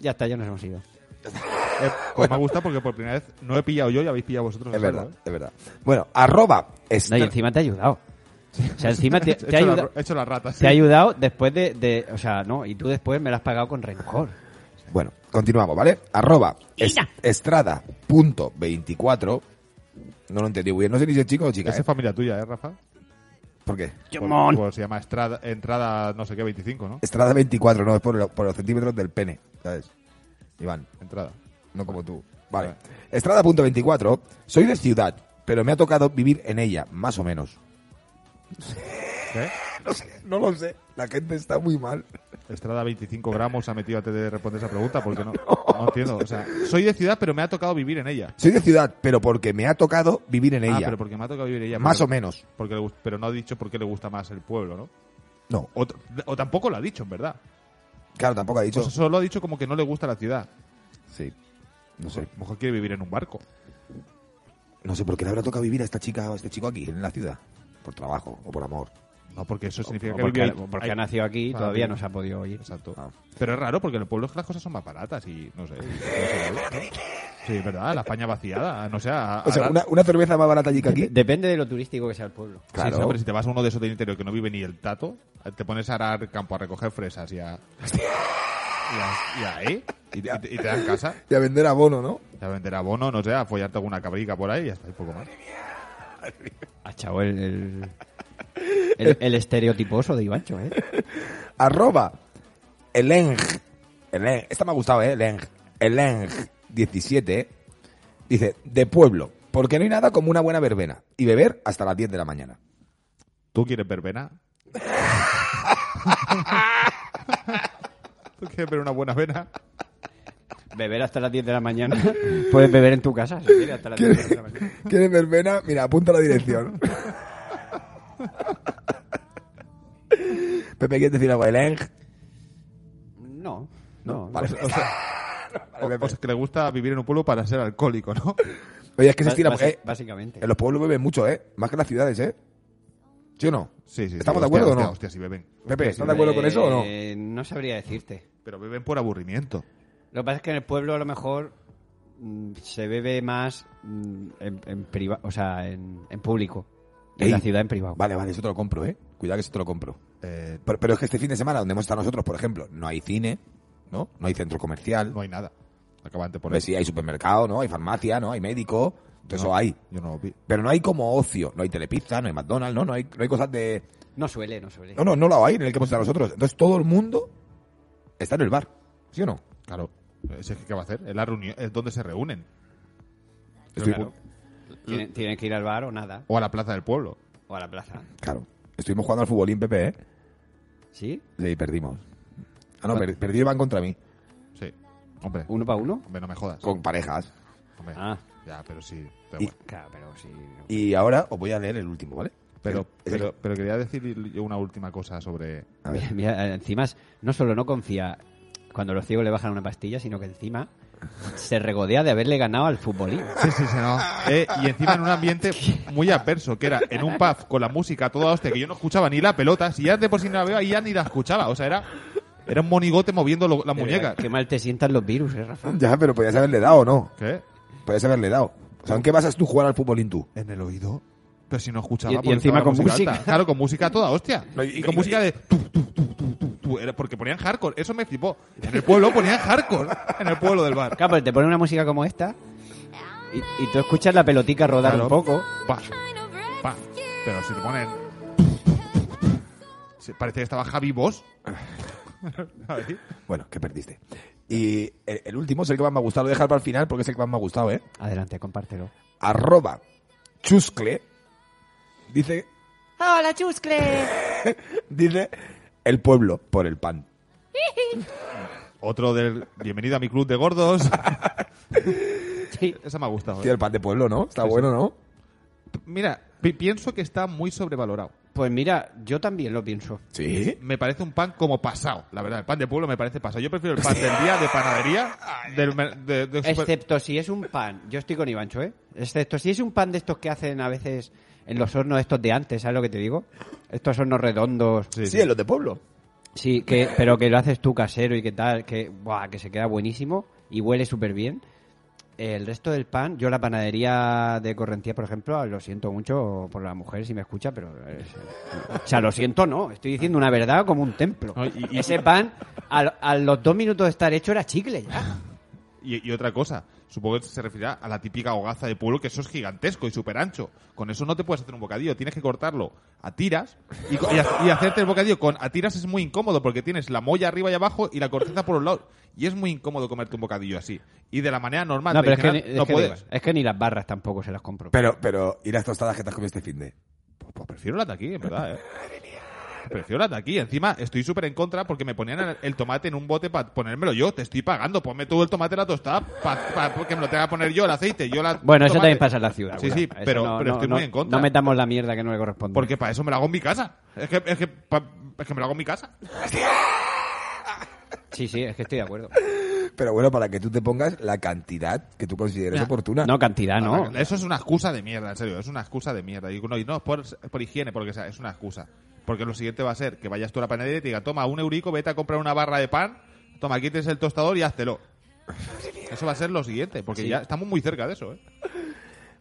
A: Ya está, ya nos hemos ido.
B: Eh, pues me ha gustado porque por primera vez no he pillado yo y habéis pillado vosotros.
E: Es
B: hacerlo,
E: verdad,
B: ¿eh?
E: es verdad. Bueno, arroba. es-
A: No, y encima te ha ayudado. *laughs* O sea,
B: *laughs*
A: encima *laughs* te,
B: He
A: te ha
B: hecho la-
A: ayudado.
B: He hecho las ratas.
A: Te ha ayudado después de, de- O sea, no, y tú después me lo has pagado con rencor.
E: Bueno, continuamos, ¿vale? Arroba es- estrada.24. No lo entendí muy bien. No sé ni si es chico o chica.
B: Esa
E: ¿eh?
B: es familia tuya, ¿eh, Rafa?
E: ¿Por qué?
B: Por- por- se llama Estrada- entrada no sé qué 25, ¿no?
E: Estrada 24, no, es por, lo- por los centímetros del pene, ¿sabes? Iván,
B: Entrada.
E: no como tú. Vale. Estrada.24. Soy de ciudad, pero me ha tocado vivir en ella, más o menos.
B: ¿Qué?
E: *laughs* No lo sé. La gente está muy mal.
B: Estrada 25 gramos ha metido antes de responder esa pregunta porque no, no entiendo. O sea, soy de ciudad, pero me ha tocado vivir en ella.
E: Soy de ciudad, pero porque me ha tocado vivir en ella.
B: Ah, pero porque me ha tocado vivir en ella.
E: Más
B: porque-
E: o menos.
B: Porque le gust- pero no ha dicho por qué le gusta más el pueblo, ¿no?
E: No,
B: O, t- o tampoco lo ha dicho, en verdad.
E: claro, tampoco ha dicho.
B: O sea, solo Pues ha dicho como que no le gusta la ciudad. Pues
E: Sí. No
B: A
E: sé.
B: lo mejor quiere vivir en un barco.
E: No sé por qué le habrá tocado vivir a esta chica o a este chico aquí, en la ciudad. Por trabajo o por amor.
B: No, porque eso significa
A: O
B: que
A: porque,
B: vive
A: porque
B: ahí.
A: ha nacido aquí y
B: Ah,
A: todavía
B: bien.
A: no se ha podido oír.
B: Exacto.
E: Ah.
B: Pero es raro porque en el pueblo es que las cosas son más baratas y no sé. no sé, ¿no? Sí, es verdad, la España vaciada. No sé, a-
E: O sea,
B: ahora-
E: una, una cerveza más barata allí que aquí.
A: Depende de lo turístico que sea el pueblo.
B: Sí,
E: Claro.
B: no, pero si te vas a uno de esos del interior que no vive ni el tato, eh, te pones a arar campo a recoger fresas y a. y, a- y ahí. Y, te- y te- y te dan casa.
E: Y a vender abono, ¿no?
B: Y a vender abono, no sé, a follarte alguna cabrica por ahí y ya está, y poco más.
A: Ha echado el, el, el- el estereotiposo de Ivancho, ¿eh?
E: Arroba. Eleng. Eleng. Esta me ha gustado, ¿eh? Eleng. Eleng17. Dice, de pueblo. Porque no hay nada como una buena verbena. Y beber hasta las 10 de la mañana.
B: ¿Tú quieres
E: *laughs*
B: verbena? ¿Tú quieres ver una buena vena?
A: Beber hasta las 10 de la mañana. *laughs* Puedes beber en tu casa, si quieres, hasta las 10 de la mañana.
E: ¿Quieres verbena? Mira, apunta la dirección. *laughs* Pepe, ¿quieres decir algo? Eleng.
A: No, no.
E: Vale.
B: O, o sea, que le gusta vivir en un pueblo para ser alcohólico, ¿no?
E: Oye, es que se
A: Ba-
E: estira.
A: basi-
E: eh,
A: básicamente.
E: en los pueblos beben mucho, ¿eh? Más que en las ciudades, ¿eh? ¿Sí o no?
B: Sí, sí.
E: ¿Estamos
B: sí,
E: de acuerdo
B: hostia,
E: o no?
B: Hostia, hostia, sí beben.
E: Pepe,
B: Hostia, sí
E: ¿estás de acuerdo con eso o no?
A: Eh, no sabría decirte.
B: beben. Pero beben por aburrimiento.
A: Lo que pasa es que en el pueblo a lo mejor mm, se bebe más mm, en, en priva- o sea, en, en público. En
E: Ey.
A: la ciudad en privado.
E: Vale, vale, eso te lo compro, ¿eh? Cuidado que eso te lo compro.
B: Eh,
E: Pero, pero es que este fin de semana, donde hemos estado nosotros, por ejemplo, no hay cine, ¿no? No hay centro comercial.
B: no hay nada. Acabante por
E: Hombre,
B: ahí.
E: sí, hay supermercado, ¿no? Hay farmacia, ¿no? Hay médico. Todo eso
B: No,
E: hay.
B: Yo no lo vi.
E: Pero no hay como ocio. No hay telepizza, no hay McDonald's, ¿no? No hay, no hay cosas de...
A: No suele, no suele.
E: No, no, no lo hay en el que hemos estado nosotros. Entonces todo el mundo está en el bar. ¿Sí o no?
B: Claro. Ese es que ¿Qué va a hacer? Es la reunión, es donde se reúnen.
E: Estoy-
B: Claro.
A: Tienen, tienen que ir al bar o nada.
B: O a la plaza del pueblo.
A: O a la plaza.
E: Claro. Estuvimos jugando al futbolín, Pepe, ¿eh?
A: ¿Sí?
E: Sí, perdimos. Ah, no, per- perdió Iván contra mí.
B: Sí. Hombre,
A: ¿Uno para uno?
B: hombre no me jodas.
E: Con parejas.
B: Hombre,
A: Ah.
B: Ya, pero sí. Pero
E: Y-
B: bueno.
A: Claro, pero sí.
E: Y ahora os voy a leer el último, ¿vale?
B: Pero,
E: Es- es-
B: pero, pero quería decir yo una última cosa sobre.
A: Mira, mira, encima, es- no solo no confía cuando los ciegos le bajan una pastilla, sino que encima se regodea de haberle ganado al futbolín.
B: Sí, sí, sí,
E: *laughs*
B: no. Eh, y encima en un ambiente muy adverso, que era en un pub con la música a toda hostia, que yo no escuchaba ni la pelota, si ya de por sí no la veo, ahí ya ni la escuchaba. O sea, era, era un monigote moviendo lo- la muñeca.
E: *laughs*
A: Qué mal te sientan los virus, eh, Rafa.
E: Ya, pero podías haberle dado, ¿no?
B: ¿Qué?
E: Podías haberle dado. O sea, ¿en qué basas tú jugar al futbolín tú?
B: En el oído. Pero si no escuchaba.
E: Y- y
B: porque
E: encima
B: estaba la
E: con música.
B: alta. Claro, con música a toda hostia.
E: *laughs* No, y-
B: y, con música de. tu, tu, tu, tu, tu, tu, era porque ponían hardcore. Eso me flipó. En el pueblo ponían hardcore. En el pueblo del bar.
A: Claro, pero te ponen una música como esta y, y tú escuchas la pelotica rodar
B: Claro.
A: un poco.
B: Pa, pa. Pero si te ponen. se- Parecía que estaba Javi Boss. *laughs* Ahí.
E: Bueno, que perdiste. Y el, el último es el que más me ha gustado. Lo voy a dejar para el final porque es el que más me ha gustado, ¿eh?
A: Adelante, compártelo.
E: Arroba chuscle. Dice,
H: ¡Hola, chuscle!
E: dice el pueblo por el pan.
B: Otro del Bienvenido a mi club de gordos. Esa me ha gustado.
E: Tío,
B: ¿eh?
E: el pan de pueblo, ¿no? Está
B: Sí, sí.
E: bueno, ¿no?
B: Mira, pi- pienso que está muy sobrevalorado.
A: Pues mira, yo también lo pienso.
E: Sí.
B: Me parece un pan como pasado, la verdad. El pan de pueblo me parece pasado. Yo prefiero el pan del día de panadería. Del, mer- de, de super-
A: Excepto si es un pan. Yo estoy con Ivancho, ¿eh? Excepto si es un pan de estos que hacen a veces en los hornos estos de antes, ¿sabes lo que te digo? Estos hornos redondos.
B: Sí,
E: Sí, en los de pueblo.
A: Sí, que, pero que lo haces tú casero y que tal, que, buah, que se queda buenísimo y huele súper bien. El resto del pan, yo la panadería de Correntía, por ejemplo, lo siento mucho por la mujer si me escucha, pero... es- o sea, lo siento, no, estoy diciendo una verdad como un templo.
B: No, y- y-
A: Ese pan, al- a, los dos minutos de estar hecho, era chicle ya.
B: y, y otra cosa, supongo que se referirá a la típica hogaza de pueblo, que eso es gigantesco y súper ancho. Con eso no te puedes hacer un bocadillo, tienes que cortarlo a tiras y, co- y ha- y hacerte el bocadillo con a tiras es muy incómodo porque tienes la molla arriba y abajo y la corteza por los lados. Y es muy incómodo comerte un bocadillo así. Y de la manera normal,
A: No, pero es que, ni,
B: tradicional,
A: es
B: no
A: que-
B: puedes.
A: es que ni las barras tampoco se las compro.
E: Pero, pero, ¿y las tostadas que te has comido este fin de?
B: Pues prefiero las de aquí, en verdad, ¿eh? Prefiero las de aquí. Encima, estoy súper en contra porque me ponían el- el tomate en un bote para ponérmelo yo. Te estoy pagando. Ponme todo el tomate en la tostada para que me lo tenga que poner yo, el aceite. Yo la,
A: Bueno, eso
B: tomate.
A: también pasa en la ciudad.
B: Sí,
A: Gura.
B: sí,
A: Eso
B: pero,
A: no-
B: pero
A: no-
B: estoy
A: no-
B: muy en contra.
A: No metamos la mierda que no le corresponde.
B: Porque para eso me lo hago en mi casa. Es que, es que, pa- es que me lo hago en mi casa.
A: Sí, sí, es que estoy de acuerdo.
E: Pero bueno, para que tú te pongas la cantidad que tú consideres
B: Mira,
E: oportuna.
A: No, cantidad Ah, no.
B: Eso es una excusa de mierda, en serio. Es una excusa de mierda. Y no, y no es por, es por higiene, porque o sea, es una excusa. Porque lo siguiente va a ser que vayas tú a la panadería y te diga, toma un eurico, vete a comprar una barra de pan, toma, aquí tienes el tostador y háztelo. Eso va a ser lo siguiente, porque
A: Sí.
B: ya estamos muy cerca de eso, ¿eh?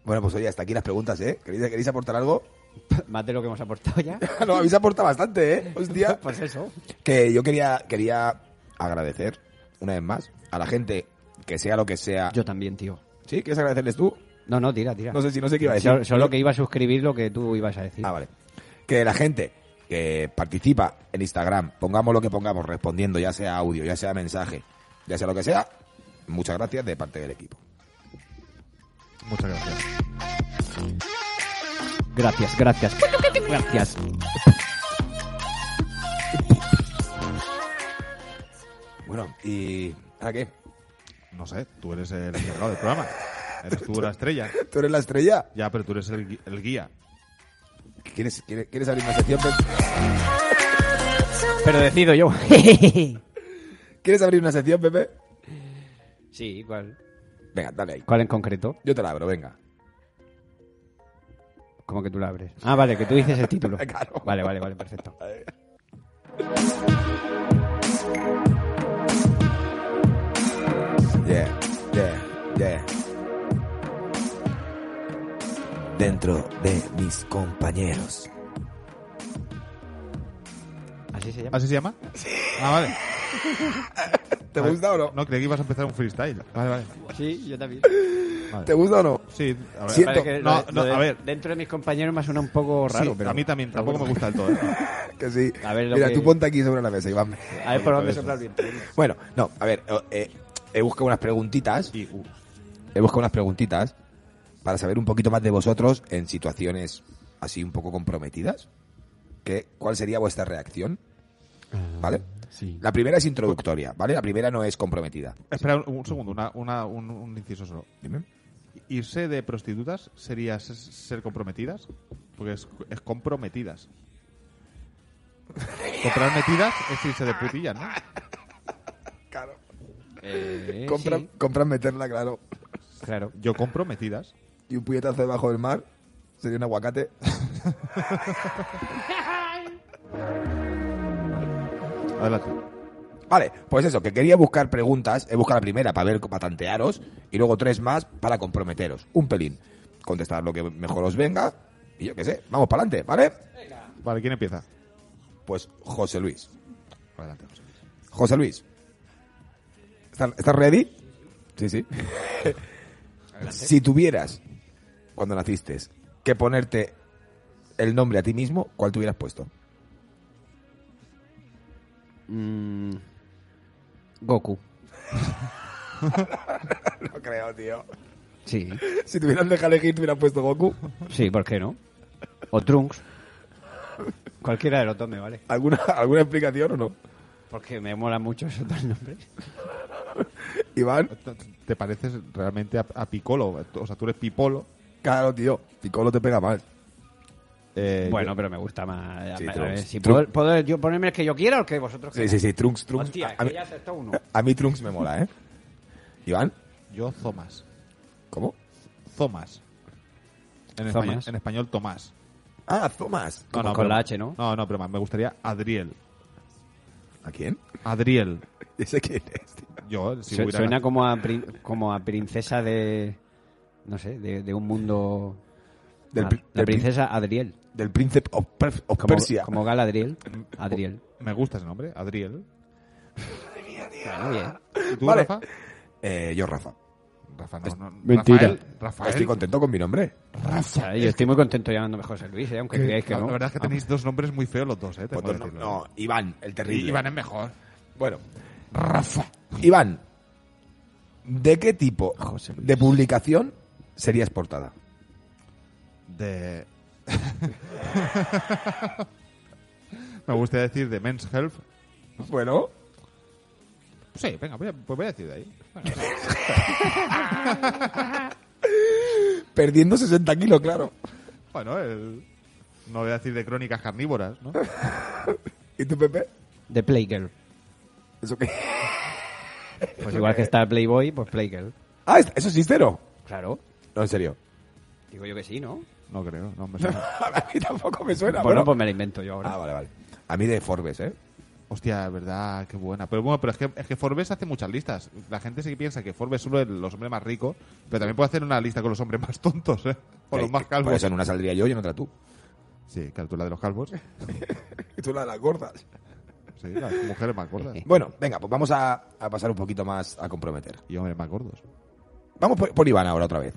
E: Bueno, pues oye, hasta aquí las preguntas, ¿eh? ¿Queréis, queréis aportar algo? *laughs*
A: Más de lo que hemos aportado ya.
E: no, habéis aportado bastante, ¿eh? Hostia.
A: *laughs* Pues eso.
E: Que yo quería, quería agradecer, una vez más, a la gente, que sea lo que sea.
A: Yo también, tío.
E: ¿Sí? ¿Quieres agradecerles tú?
A: No, no, tira, tira.
E: No sé si no sé qué iba a decir.
A: Solo, solo que iba a suscribir lo que tú ibas a decir.
E: Ah, vale. Que la gente que participa en Instagram, pongamos lo que pongamos, respondiendo, ya sea audio, ya sea mensaje, ya sea lo que sea, muchas gracias de parte del equipo.
B: Muchas gracias.
A: Gracias, gracias. Gracias.
E: Bueno, ¿y a qué?
B: No sé, tú eres el encargado del programa. Eres tú la estrella.
E: ¿Tú eres la estrella?
B: Ya, pero tú eres el, gui- el guía.
E: ¿Quieres, quieres, quieres abrir una sección? Pep?
A: Pero decido *laughs* yo.
E: ¿Quieres abrir una sección, Pepe?
A: sí, ¿cuál?
E: Venga, dale ahí.
A: ¿Cuál en concreto?
E: Yo te la abro, venga.
A: Como que tú la abres. Ah, vale, que tú dices el título.
E: Claro.
A: Vale, vale, vale, perfecto.
E: Yeah, yeah, yeah. Dentro de mis compañeros.
A: Así se llama.
B: ¿Así se llama? Ah, vale.
E: ¿Te gusta o no?
B: No, creí que ibas a empezar un freestyle. Vale, vale.
A: Sí, yo también.
E: ¿Te gusta o no?
B: Sí, a ver.
E: Siento-
A: que
B: No,
A: lo de-
B: no,
A: lo de-
B: a ver.
A: Dentro de mis compañeros me suena un poco
B: Sí,
A: raro, pero.
B: a mí también, tampoco me gusta del todo.
A: *laughs*
B: ¿eh?
E: Que sí.
A: A ver lo
E: Mira,
A: que-
E: tú ponte aquí sobre la mesa, Iván.
A: A ver por dónde sopla el viento.
E: Bueno, no, a ver, eh, eh, he buscado unas preguntitas.
B: Y, uh,
E: He buscado unas preguntitas para saber un poquito más de vosotros en situaciones así un poco comprometidas. ¿Qué, ¿Cuál sería vuestra reacción? ¿Vale?
A: Ah, Sí.
E: La primera es introductoria, ¿vale? La primera no es comprometida.
B: espera un, un segundo, una, una- un, un inciso solo.
E: Dime.
B: irse de prostitutas sería ser, ser comprometidas, porque es,
A: *laughs*
B: es comprometidas. Comprar metidas es irse de putilla, ¿no?
E: Claro.
A: Eh,
E: Compran,
A: sí,
E: compran meterla, claro.
A: claro.
B: Yo compro metidas.
E: Y un puñetazo debajo del mar sería un aguacate. *laughs*
B: Adelante.
E: Vale, pues eso, que quería buscar preguntas, he buscado la primera para ver, para tantearos, y luego tres más para comprometeros. Un pelín. Contestar lo que mejor os venga, y yo qué sé, vamos para adelante, ¿vale?
B: Vale, ¿quién empieza?
E: Pues José Luis.
B: Adelante, José Luis.
E: José Luis. ¿Estás estás ready? Sí, sí. si tuvieras, cuando naciste, que ponerte el nombre a ti mismo, ¿cuál te hubieras puesto?
A: Mm, Goku.
E: No creo, tío.
A: Sí.
E: Si te hubieran dejado elegir, te hubieras puesto Goku.
A: Sí, ¿por qué no? O Trunks. Cualquiera de los dos me vale.
E: ¿Alguna, ¿Alguna explicación o no?
A: Porque me mola mucho esos dos nombres.
E: Iván,
B: ¿Te pareces realmente a, a Piccolo? O sea, tú eres Pipolo.
E: claro, tío. Piccolo te pega mal.
B: Eh,
A: Bueno, pero me gusta más.
E: Sí,
A: a ver,
E: Trunks.
A: si
E: Trunks.
A: puedo, puedo yo ponerme el que yo quiera o el que vosotros
E: Sí,
A: queráis.
E: sí, sí. Trunks, Trunks.
A: Hostia, es
E: a, a
A: que
E: mí,
A: ya aceptó uno.
E: a mí Trunks me mola, ¿eh? Iván,
B: Yo, Zomas.
E: ¿cómo?
B: Zomas.
A: Zomas.
B: En, Español, en español, Tomás.
E: Ah, Thomas.
A: Como con
B: pero-
A: la H, ¿no?
B: No, no, pero más. Me gustaría Adriel.
E: ¿A quién? *laughs*
B: Adriel.
E: ¿Ese quién es, tío?
B: Yo, eh, si
A: Su-
B: hubiera-
A: suena como a, prin- como a princesa de. No sé, de, de un mundo.
E: Del
A: Ah,
E: pri-
A: la
E: del
A: princesa Adriel.
E: Del príncipe of, Perf- of
A: Como,
E: Persia.
A: como Galadriel. Adriel.
B: Me gusta ese nombre, Adriel.
A: Bueno, bien.
B: ¿Y tú,
E: Vale.
B: Rafa?
E: Eh, yo, Rafa.
B: Rafa, no, no.
G: Mentira.
B: Rafael, Rafael.
E: Estoy contento con mi nombre.
A: Chaval, yo estoy muy contento llamándome José Luis, eh, aunque creáis que
B: la,
A: no.
B: la verdad es que tenéis dos nombres muy feos los dos, ¿eh? Tengo que
E: Otro Pues no,
B: decirlo.
E: no, Iván, el terrible.
B: Iván es mejor.
E: Bueno, Rafa. Iván, ¿de qué tipo
G: José Luis.
E: de publicación serías portada?
B: De. *laughs* Me gustaría decir de Men's Health.
E: Bueno,
B: Sí, venga, voy a- pues voy a decir de ahí.
E: perdiendo 60 kilos, claro.
B: Bueno, el- no voy a decir de crónicas carnívoras, ¿no?
E: ¿Y tú, Pepe?
A: De Playgirl.
E: ¿Eso qué?
A: Pues igual que está Playboy, pues Playgirl.
E: Ah, es- ¿eso es sincero?
A: Claro.
E: No, en serio.
A: Digo yo que sí, ¿no?
B: No creo, no me suena.
E: *laughs* A mí tampoco me suena.
A: bueno,
E: bueno.
A: pues me la invento yo ahora.
E: Ah, vale, vale. A mí de Forbes, ¿eh?
B: Hostia, es verdad, qué buena. Pero bueno, pero es que, es que Forbes hace muchas listas. La gente sí que piensa que Forbes es solo de los hombres más ricos, pero también puede hacer una lista con los hombres más tontos, ¿eh? O los
E: Eh,
B: más
E: Por
B: calvos.
E: eso en una saldría yo y en otra tú.
B: Sí, claro, tú la de los calvos.
E: Y tú la de las gordas.
B: Sí,
E: *laughs*
B: las mujeres más gordas.
E: Bueno, venga, pues vamos a, a pasar un poquito más a comprometer.
B: Y hombres más gordos.
E: Vamos por, por Iván ahora otra vez.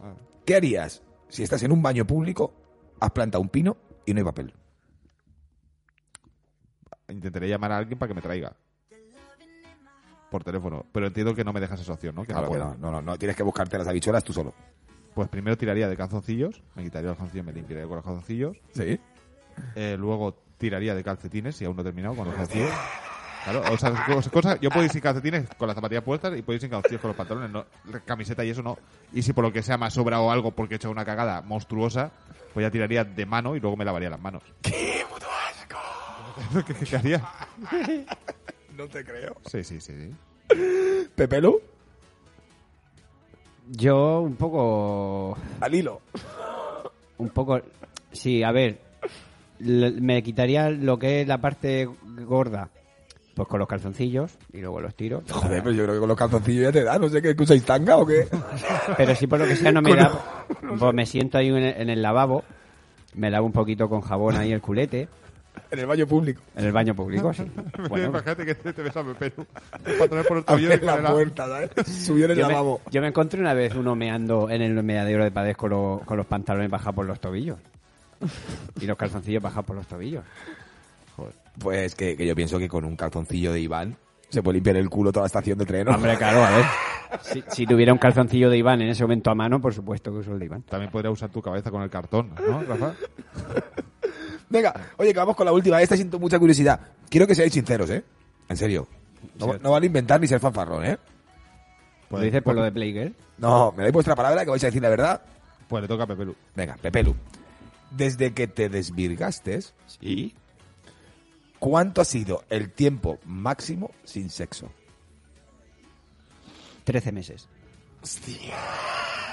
B: Ah.
E: ¿Qué harías si estás en un baño público, has plantado un pino y no hay papel?
B: Intentaré llamar a alguien para que me traiga. Por teléfono. Pero entiendo que no me dejas esa opción, ¿no? Que no
E: Claro que
B: puedo.
E: no, Ah, no, no, no, tienes que buscarte las habichuelas tú solo.
B: Pues primero tiraría de calzoncillos, me quitaría los calzoncillos, me limpiaría con los calzoncillos.
E: Sí.
B: Eh, luego tiraría de calcetines, si aún no he terminado con los calcetines. Claro, o sea, cosas, cosas- yo puedo ir sin calcetines con las zapatillas puestas y puedo ir sin calcetines con los pantalones, no, la camiseta y eso no. Y si por lo que sea me ha sobrado algo porque he hecho una cagada monstruosa, pues ya tiraría de mano y luego me lavaría las manos. ¡Qué puto asco! *laughs* ¿Qué, qué haría?
E: No te creo.
B: Sí, sí, sí. sí.
E: ¿Pepelu?
A: Yo un poco.
E: Al hilo.
A: Un poco. Sí, a ver. le- Me quitaría lo que es la parte gorda. Pues con los calzoncillos y luego los tiro.
E: Joder, pero yo creo que con los calzoncillos ya te da, no sé qué, que usáis tanga o *laughs* qué.
A: Pero si por lo que sea no me
E: Con-
A: da, pues me siento ahí en el, en el lavabo, me lavo un poquito con jabón ahí el culete,
E: en el baño público.
A: en el baño público,
E: *laughs*
A: sí. Bueno,
B: Imagínate que te, te ves a Pepelu para traer por el tuyo y
E: Abre
B: para
E: la
B: la-
E: puerta, ¿sabes? Subió en el
A: yo, me,
E: lavabo.
A: yo me encontré una vez uno meando en el meadero de Padez con, lo- con los pantalones bajados por los tobillos. Y los calzoncillos bajados por los tobillos.
E: Pues que, que yo pienso que con un calzoncillo de Iván se puede limpiar el culo toda la estación de tren. ¿no?
A: Hombre, claro, a ver. Si, si tuviera un calzoncillo de Iván en ese momento a mano, por supuesto que uso el de Iván.
B: También podría usar tu cabeza con el cartón, ¿no, Rafa?
E: Venga, oye, que vamos con la última. Esta siento mucha curiosidad. Quiero que seáis sinceros, ¿eh? En serio. No, no vale inventar ni ser fanfarrón, ¿eh?
A: ¿Lo dices por lo de Playgirl?
E: No, me dais vuestra palabra que vais a decir la verdad.
B: Pues le toca a Pepelu.
E: Venga, Pepelu. Desde que te desvirgaste,
A: Sí.
E: ¿cuánto ha sido el tiempo máximo sin sexo?
A: 13 meses.
E: Hostia.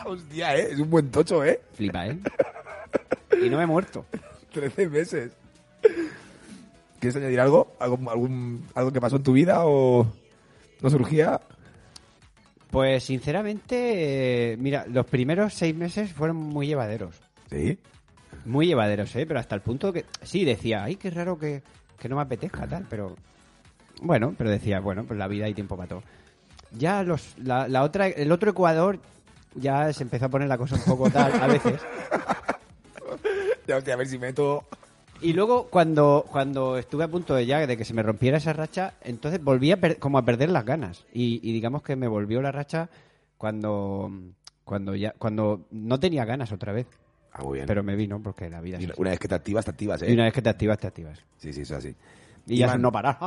E: Hostia, ¿eh? Es un buen tocho, ¿eh?
A: Flipa, ¿eh? y no me he muerto.
E: 13 meses. ¿Quieres añadir algo? ¿Algo, algún, ¿Algo que pasó en tu vida o no surgía?
A: Pues sinceramente, eh, mira, los primeros seis meses fueron muy llevaderos.
E: Sí.
A: Muy llevaderos, ¿eh? Pero hasta el punto que sí decía, ay, qué raro que, que no me apetezca tal, pero bueno, pero decía, bueno, pues la vida hay tiempo para todo. Ya los, la, la otra, el otro Ecuador ya se empezó a poner la cosa un poco tal a veces.
E: Ya, hostia, a ver si meto.
A: Y luego cuando, cuando estuve a punto de ya de que se me rompiera esa racha, entonces volví a per- como a perder las ganas. Y, y digamos que me volvió la racha cuando cuando ya cuando no tenía ganas otra vez.
E: Ah, muy bien.
A: Pero me vino porque la vida es
E: Y
A: así.
E: una vez que te activas, te activas, ¿eh?
A: Y una vez que te activas, te activas.
E: Sí, sí, eso es así.
A: Y ya
E: Iván.
A: no parar. *laughs*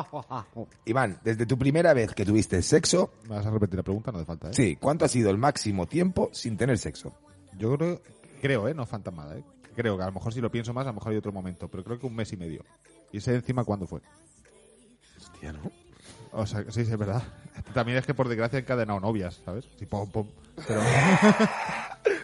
E: Iván, desde tu primera vez que tuviste sexo,
B: ¿Me vas a repetir la pregunta? No hace falta, ¿eh?
E: sí, ¿cuánto ha sido el máximo tiempo sin tener sexo?
B: Yo creo, creo, ¿eh? No fantasmada, ¿eh? Creo que a lo mejor si lo pienso más, a lo mejor hay otro momento, pero creo que un mes y medio. ¿Y sé encima cuándo fue?
E: Hostia, ¿no?
B: O sea, sí, sí, es verdad. *laughs* También es que por desgracia he encadenado novias, ¿sabes? Sí, pom, pom. Pero,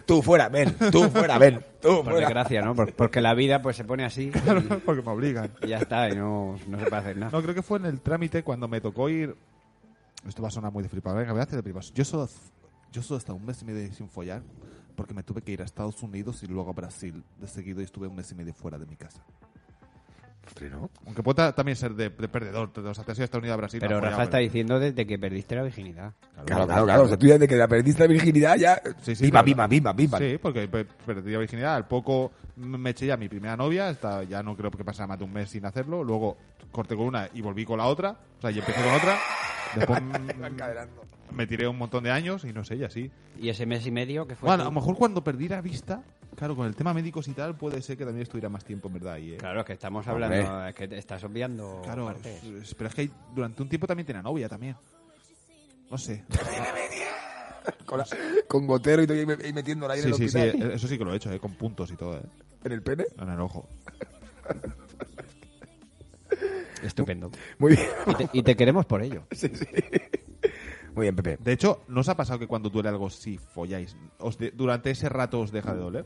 E: Tú fuera, ven, tú fuera, ven, tú
A: Por
E: fuera.
A: desgracia, ¿no? Por- porque la vida pues se pone así
B: claro, *laughs* porque me obligan.
A: y ya está, y no, no se puede hacer nada.
E: *laughs*
B: No, creo que fue en el trámite cuando me tocó ir. Esto va a sonar muy de flipado. Venga, voy a hacer de flipas. Yo solo, yo solo hasta un mes y medio sin follar porque me tuve que ir a Estados Unidos y luego a Brasil de seguido y estuve un mes y medio fuera de mi casa. Aunque pueda también ser de, de perdedor. te- O sea, te has ido a Estados Unidos a Brasil. no
A: Pero
B: has
A: Rafa
B: follado,
A: está
B: pero-
A: diciendo desde que perdiste la virginidad.
E: Claro, claro, claro. O sea, tú ya desde que la perdiste la virginidad ya...
B: Sí, sí,
E: viva,
B: pero-
E: viva, viva, viva.
B: Sí, porque pe- perdí la virginidad. Al poco me eché ya a mi primera novia. Hasta ya no creo que pasara más de un mes sin hacerlo. Luego corté con una y volví con la otra. O sea, y empecé con
E: *laughs*
B: otra. Después mm, me tiré un montón de años y no sé, y así.
A: Y ese mes y medio que fue.
B: Bueno, a lo
A: tú?
B: mejor cuando perdí la vista, claro, con el tema médicos y tal, puede ser que también estuviera más tiempo, en verdad. Ahí, ¿eh?
A: Claro, es que estamos hablando, es que te estás obviando.
B: Claro,
A: partes.
B: es- pero es que ahí durante un tiempo también tenía novia también. No sé.
E: Con, la- con gotero y, todo, y me- y metiendo el aire
B: Sí,
E: en, el
B: sí, sí,
E: hospital,
B: eh, eso sí que lo he hecho, ¿eh? con puntos y todo, ¿eh?
E: en el pene.
B: en el ojo.
A: Estupendo.
E: Muy bien,
A: Y te, y te queremos por ello.
E: muy bien, Pepe.
B: De hecho, ¿no os ha pasado que cuando duele algo, si folláis, os de- durante ese rato os deja de doler?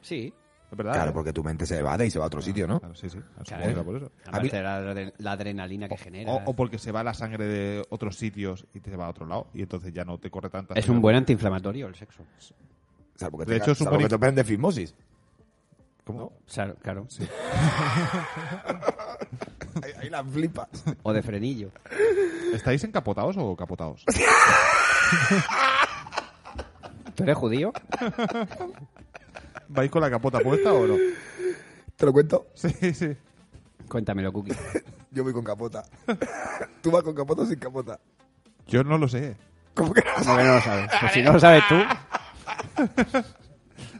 A: Sí.
B: ¿Es verdad?
E: Claro,
B: ¿eh?
E: porque tu mente se evade y se va a otro sitio, ¿no?
B: Claro, sí, sí. supongo
A: Claro.
B: que era por eso.
A: Aparte
E: mí-
A: de la, adre- la adrenalina que genera.
B: O, o porque se va la sangre de otros sitios y te va a otro lado y entonces ya no te corre tanta
A: es
B: sangre.
A: un buen antiinflamatorio el sexo.
E: Salvo que
B: De
E: te-
B: hecho, es un
E: salvo que
B: buen-
E: te operen de fimosis.
B: ¿Cómo?
A: O sea, claro.
E: Ahí, ahí la flipas.
A: O de frenillo.
B: ¿Estáis encapotados o capotados?
A: ¿Tú eres judío?
B: ¿Vais con la capota puesta o no? *laughs*
E: ¿Te lo cuento?
B: Sí, sí.
A: Cuéntamelo, Cookie.
E: Yo voy con capota. ¿Tú vas con capota o sin capota?
B: Yo no lo sé.
E: ¿Cómo que no?
A: No, que no lo sabes. Pues si no lo sabes tú,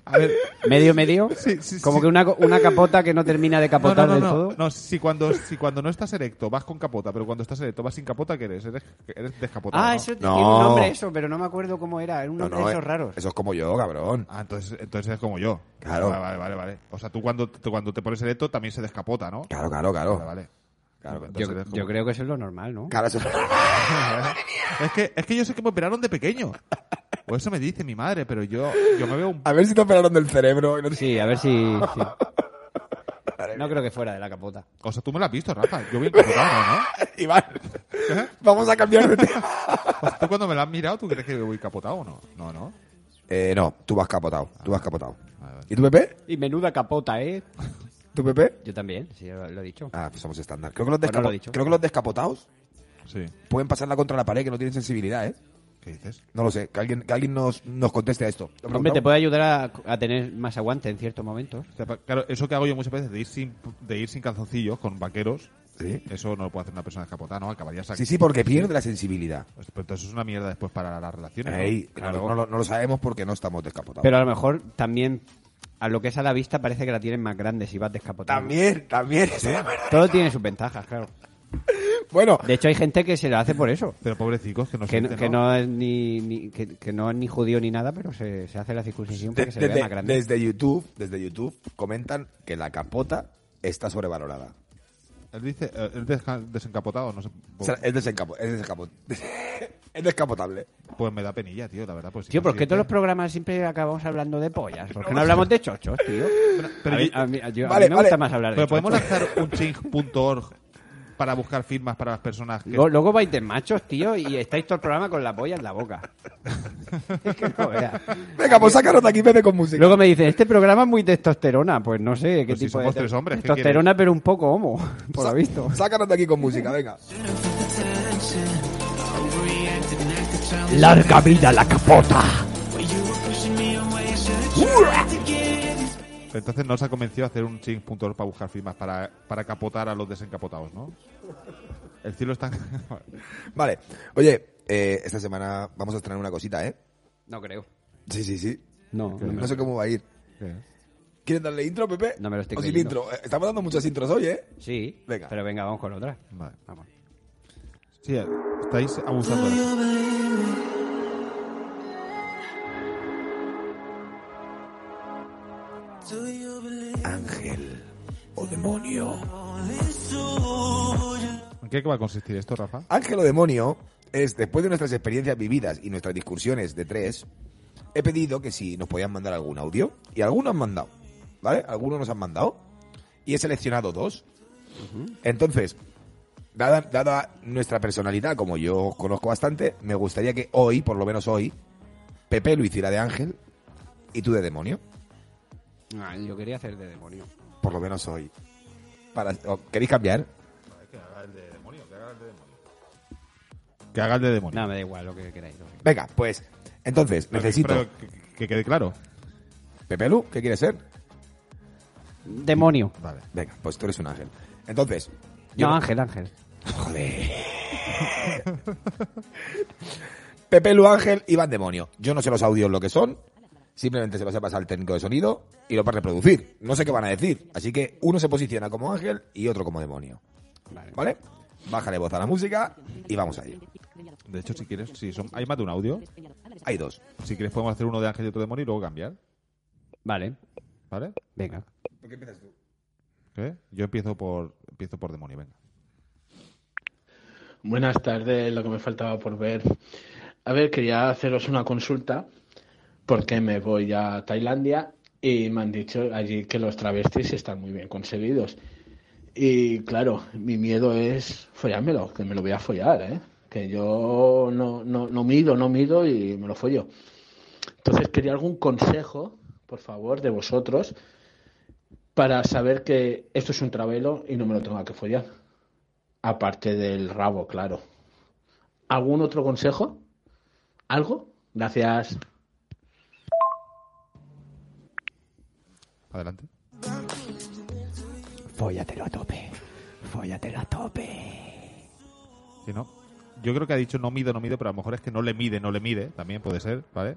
B: A ver,
A: medio, medio.
B: Sí, sí,
A: como
B: sí.
A: que una, co- una capota que no termina de
B: no,
A: capotar
B: no, no,
A: del
B: no.
A: todo.
B: No, si cuando, si cuando no estás erecto vas con capota, pero cuando estás erecto vas sin capota, ¿qué eres? Eres, eres descapotado.
A: Ah,
B: ¿no?
A: eso
E: No.
A: tiene un nombre, eso, pero no me acuerdo cómo era. Era un nombre de
E: eh,
A: esos raros.
E: Eso es como yo, cabrón.
B: Ah, entonces, entonces es como yo.
E: Claro.
B: Vale, vale, vale, vale. O sea, tú cuando, tú cuando te pones erecto también se descapota, ¿no?
E: Claro, claro, claro.
B: Vale, vale.
E: Claro,
B: Entonces
A: Yo,
B: eres como-
A: yo creo que eso es lo normal, ¿no?
E: Claro, eso-
B: Es que, es que yo sé que me operaron de pequeño. O eso me dice mi madre, pero yo, yo me veo un...
E: A ver si te operaron del cerebro. y no te-
A: Sí, a ver si. sí. No creo que fuera de la capota.
B: O sea, tú me lo has visto, Rafa. Yo bien capotado, ¿no?
E: Iván, vamos a cambiar de tema.
B: O sea, tú cuando me lo has mirado, ¿tú crees que voy capotado o no? No, no.
E: Eh, no, tú vas capotado. Tú vas capotado. ¿Y tú, Pepe?
A: Y menuda capota, ¿eh?
E: ¿Tú, Pepe?
A: Yo también, sí, lo, lo he dicho.
E: Ah, pues somos estándar. Creo que, los
A: Pues no lo he
E: descapo-
A: dicho.
E: creo que los descapotados
B: Sí.
E: pueden pasarla contra la pared que no tienen sensibilidad, ¿eh?
B: ¿Qué dices?
E: No lo sé. Que alguien, que alguien nos, nos conteste a esto. ¿Lo
A: Hombre, te
E: preguntamos?
A: puede ayudar a, a tener más aguante en ciertos momentos.
B: O sea, pa- claro, eso que hago yo muchas veces, de ir sin, de ir sin calzoncillos, con vaqueros,
E: Sí.
B: eso no lo puede hacer una persona descapotada, ¿no? Acabaría sacando...
E: Sí, sí, porque pierde la sensibilidad.
B: Pues, Pero entonces es una mierda después para las relaciones. ¿no?
E: Ey, no, no lo- no lo sabemos porque no estamos descapotados.
A: Pero a lo mejor también, a lo que es a la vista, parece que la tienen más grande si vas descapotado.
E: También, también.
A: Todo tiene sus ventajas, claro.
E: Bueno.
A: De hecho, hay gente que se la hace por eso.
B: Pero pobrecicos que no
A: Que,
B: sienten,
A: que
B: ¿no?
A: no es ni, ni- que, que no es ni judío ni nada, pero se, se hace la circuncisión para que se
E: desde,
A: vea más grande.
E: desde YouTube, desde YouTube comentan que la capota está sobrevalorada.
B: Él dice, eh, él desca- desencapotado, no sé.
E: O sea, es, desencapo- es desencapo- *laughs* es descapotable.
B: Pues me da penilla, tío, la verdad. Pues, sí,
A: Tío, ¿por
B: sí,
A: qué todos los
B: tío.
A: programas siempre acabamos hablando de pollas? ¿Por qué no hablamos de chochos, tío?
B: pero
A: a mí,
B: yo-
A: a mí- yo- a
E: Vale,
A: mí me gusta
E: vale.
A: más hablar de
B: Pero podemos
A: chochos.
B: lanzar un change.org para buscar firmas para las personas que.
A: Luego, luego vais de machos, tío, y estáis todo el programa con la polla en la boca. Es que no veas.
E: Venga, pues sácanos de aquí, vete con música.
A: Luego me dicen, este programa es muy testosterona. Pues no sé qué
B: Pues si
A: tipo
B: somos
A: de...
B: tres hombres, ¿qué
A: testosterona, pero un poco homo, por lo visto.
E: Sácanos de aquí con música, venga.
G: Larga vida la capota.
B: Entonces no se ha convencido a hacer un change.org para buscar firmas para, para capotar a los desencapotados, ¿no? El cielo está. *laughs*
E: Vale. Oye, eh, esta semana vamos a estrenar una cosita, ¿eh?
A: No creo.
E: Sí, sí, sí.
A: No, no me,
E: No sé cómo va a ir. ¿Quieres darle intro, Pepe?
A: No me lo estoy
E: O sin
A: creyendo.
E: intro. Eh, Estamos dando muchas intros hoy, ¿eh?
A: Sí,
E: Venga.
A: pero venga, vamos con otra.
B: Vale.
A: Vamos.
B: Sí, eh, estáis abusando de eso.
E: Ángel o demonio.
B: ¿En qué va a consistir esto, Rafa?
E: Ángel o demonio es, después de nuestras experiencias vividas y nuestras discusiones de tres, he pedido que si nos podían mandar algún audio. Y algunos han mandado, ¿vale? Algunos nos han mandado. Y he seleccionado dos. Entonces, dada, dada nuestra personalidad, como yo os conozco bastante, me gustaría que hoy, por lo menos hoy, Pepe lo hiciera de ángel y tú de demonio.
A: Ah, yo quería hacer de demonio.
E: Por lo menos hoy. Para, ¿o ¿Queréis cambiar?
B: Que haga el de demonio.
A: No, me da igual lo que queráis. lo que-
E: Venga, pues, entonces,
B: Pero-
E: necesito...
B: pero que, que quede claro.
E: Pepe Lu, ¿qué quieres ser?
A: Demonio.
B: Vale.
E: Venga, pues tú eres un ángel. Entonces, yo-
A: No, Ángel, Ángel.
E: Joder. Pepe Lu Ángel, Iván Demonio. Yo no sé los audios lo que son. Simplemente se los he pasado al técnico de sonido y lo va a reproducir. No sé qué van a decir. Así que uno se posiciona como ángel y otro como demonio.
A: Vale.
E: ¿Vale? Bájale voz a la música y vamos a ello.
B: De hecho, si quieres, si son, hay más de un audio.
E: Hay dos.
B: Si quieres, podemos hacer uno de ángel y otro demonio y luego cambiar.
A: Vale,
B: ¿Vale?
A: venga.
B: ¿Qué? Yo empiezo por, empiezo por demonio, venga.
K: Buenas tardes, lo que me faltaba por ver. A ver, quería haceros una consulta porque me voy a Tailandia y me han dicho allí que los travestis están muy bien concebidos. Y claro, mi miedo es follármelo, que me lo voy a follar, ¿eh? Que yo no, no, no mido, no mido y me lo follo. Entonces quería algún consejo, por favor, de vosotros para saber que esto es un travelo y no me lo tengo que follar. Aparte del rabo, claro. ¿Algún otro consejo? ¿Algo? Gracias.
B: Adelante.
G: Fóllatelo a tope. Fóllatelo a tope.
B: Si no. Yo creo que ha dicho no mido, no mido, pero a lo mejor es que no le mide, no le mide. También puede ser, ¿vale?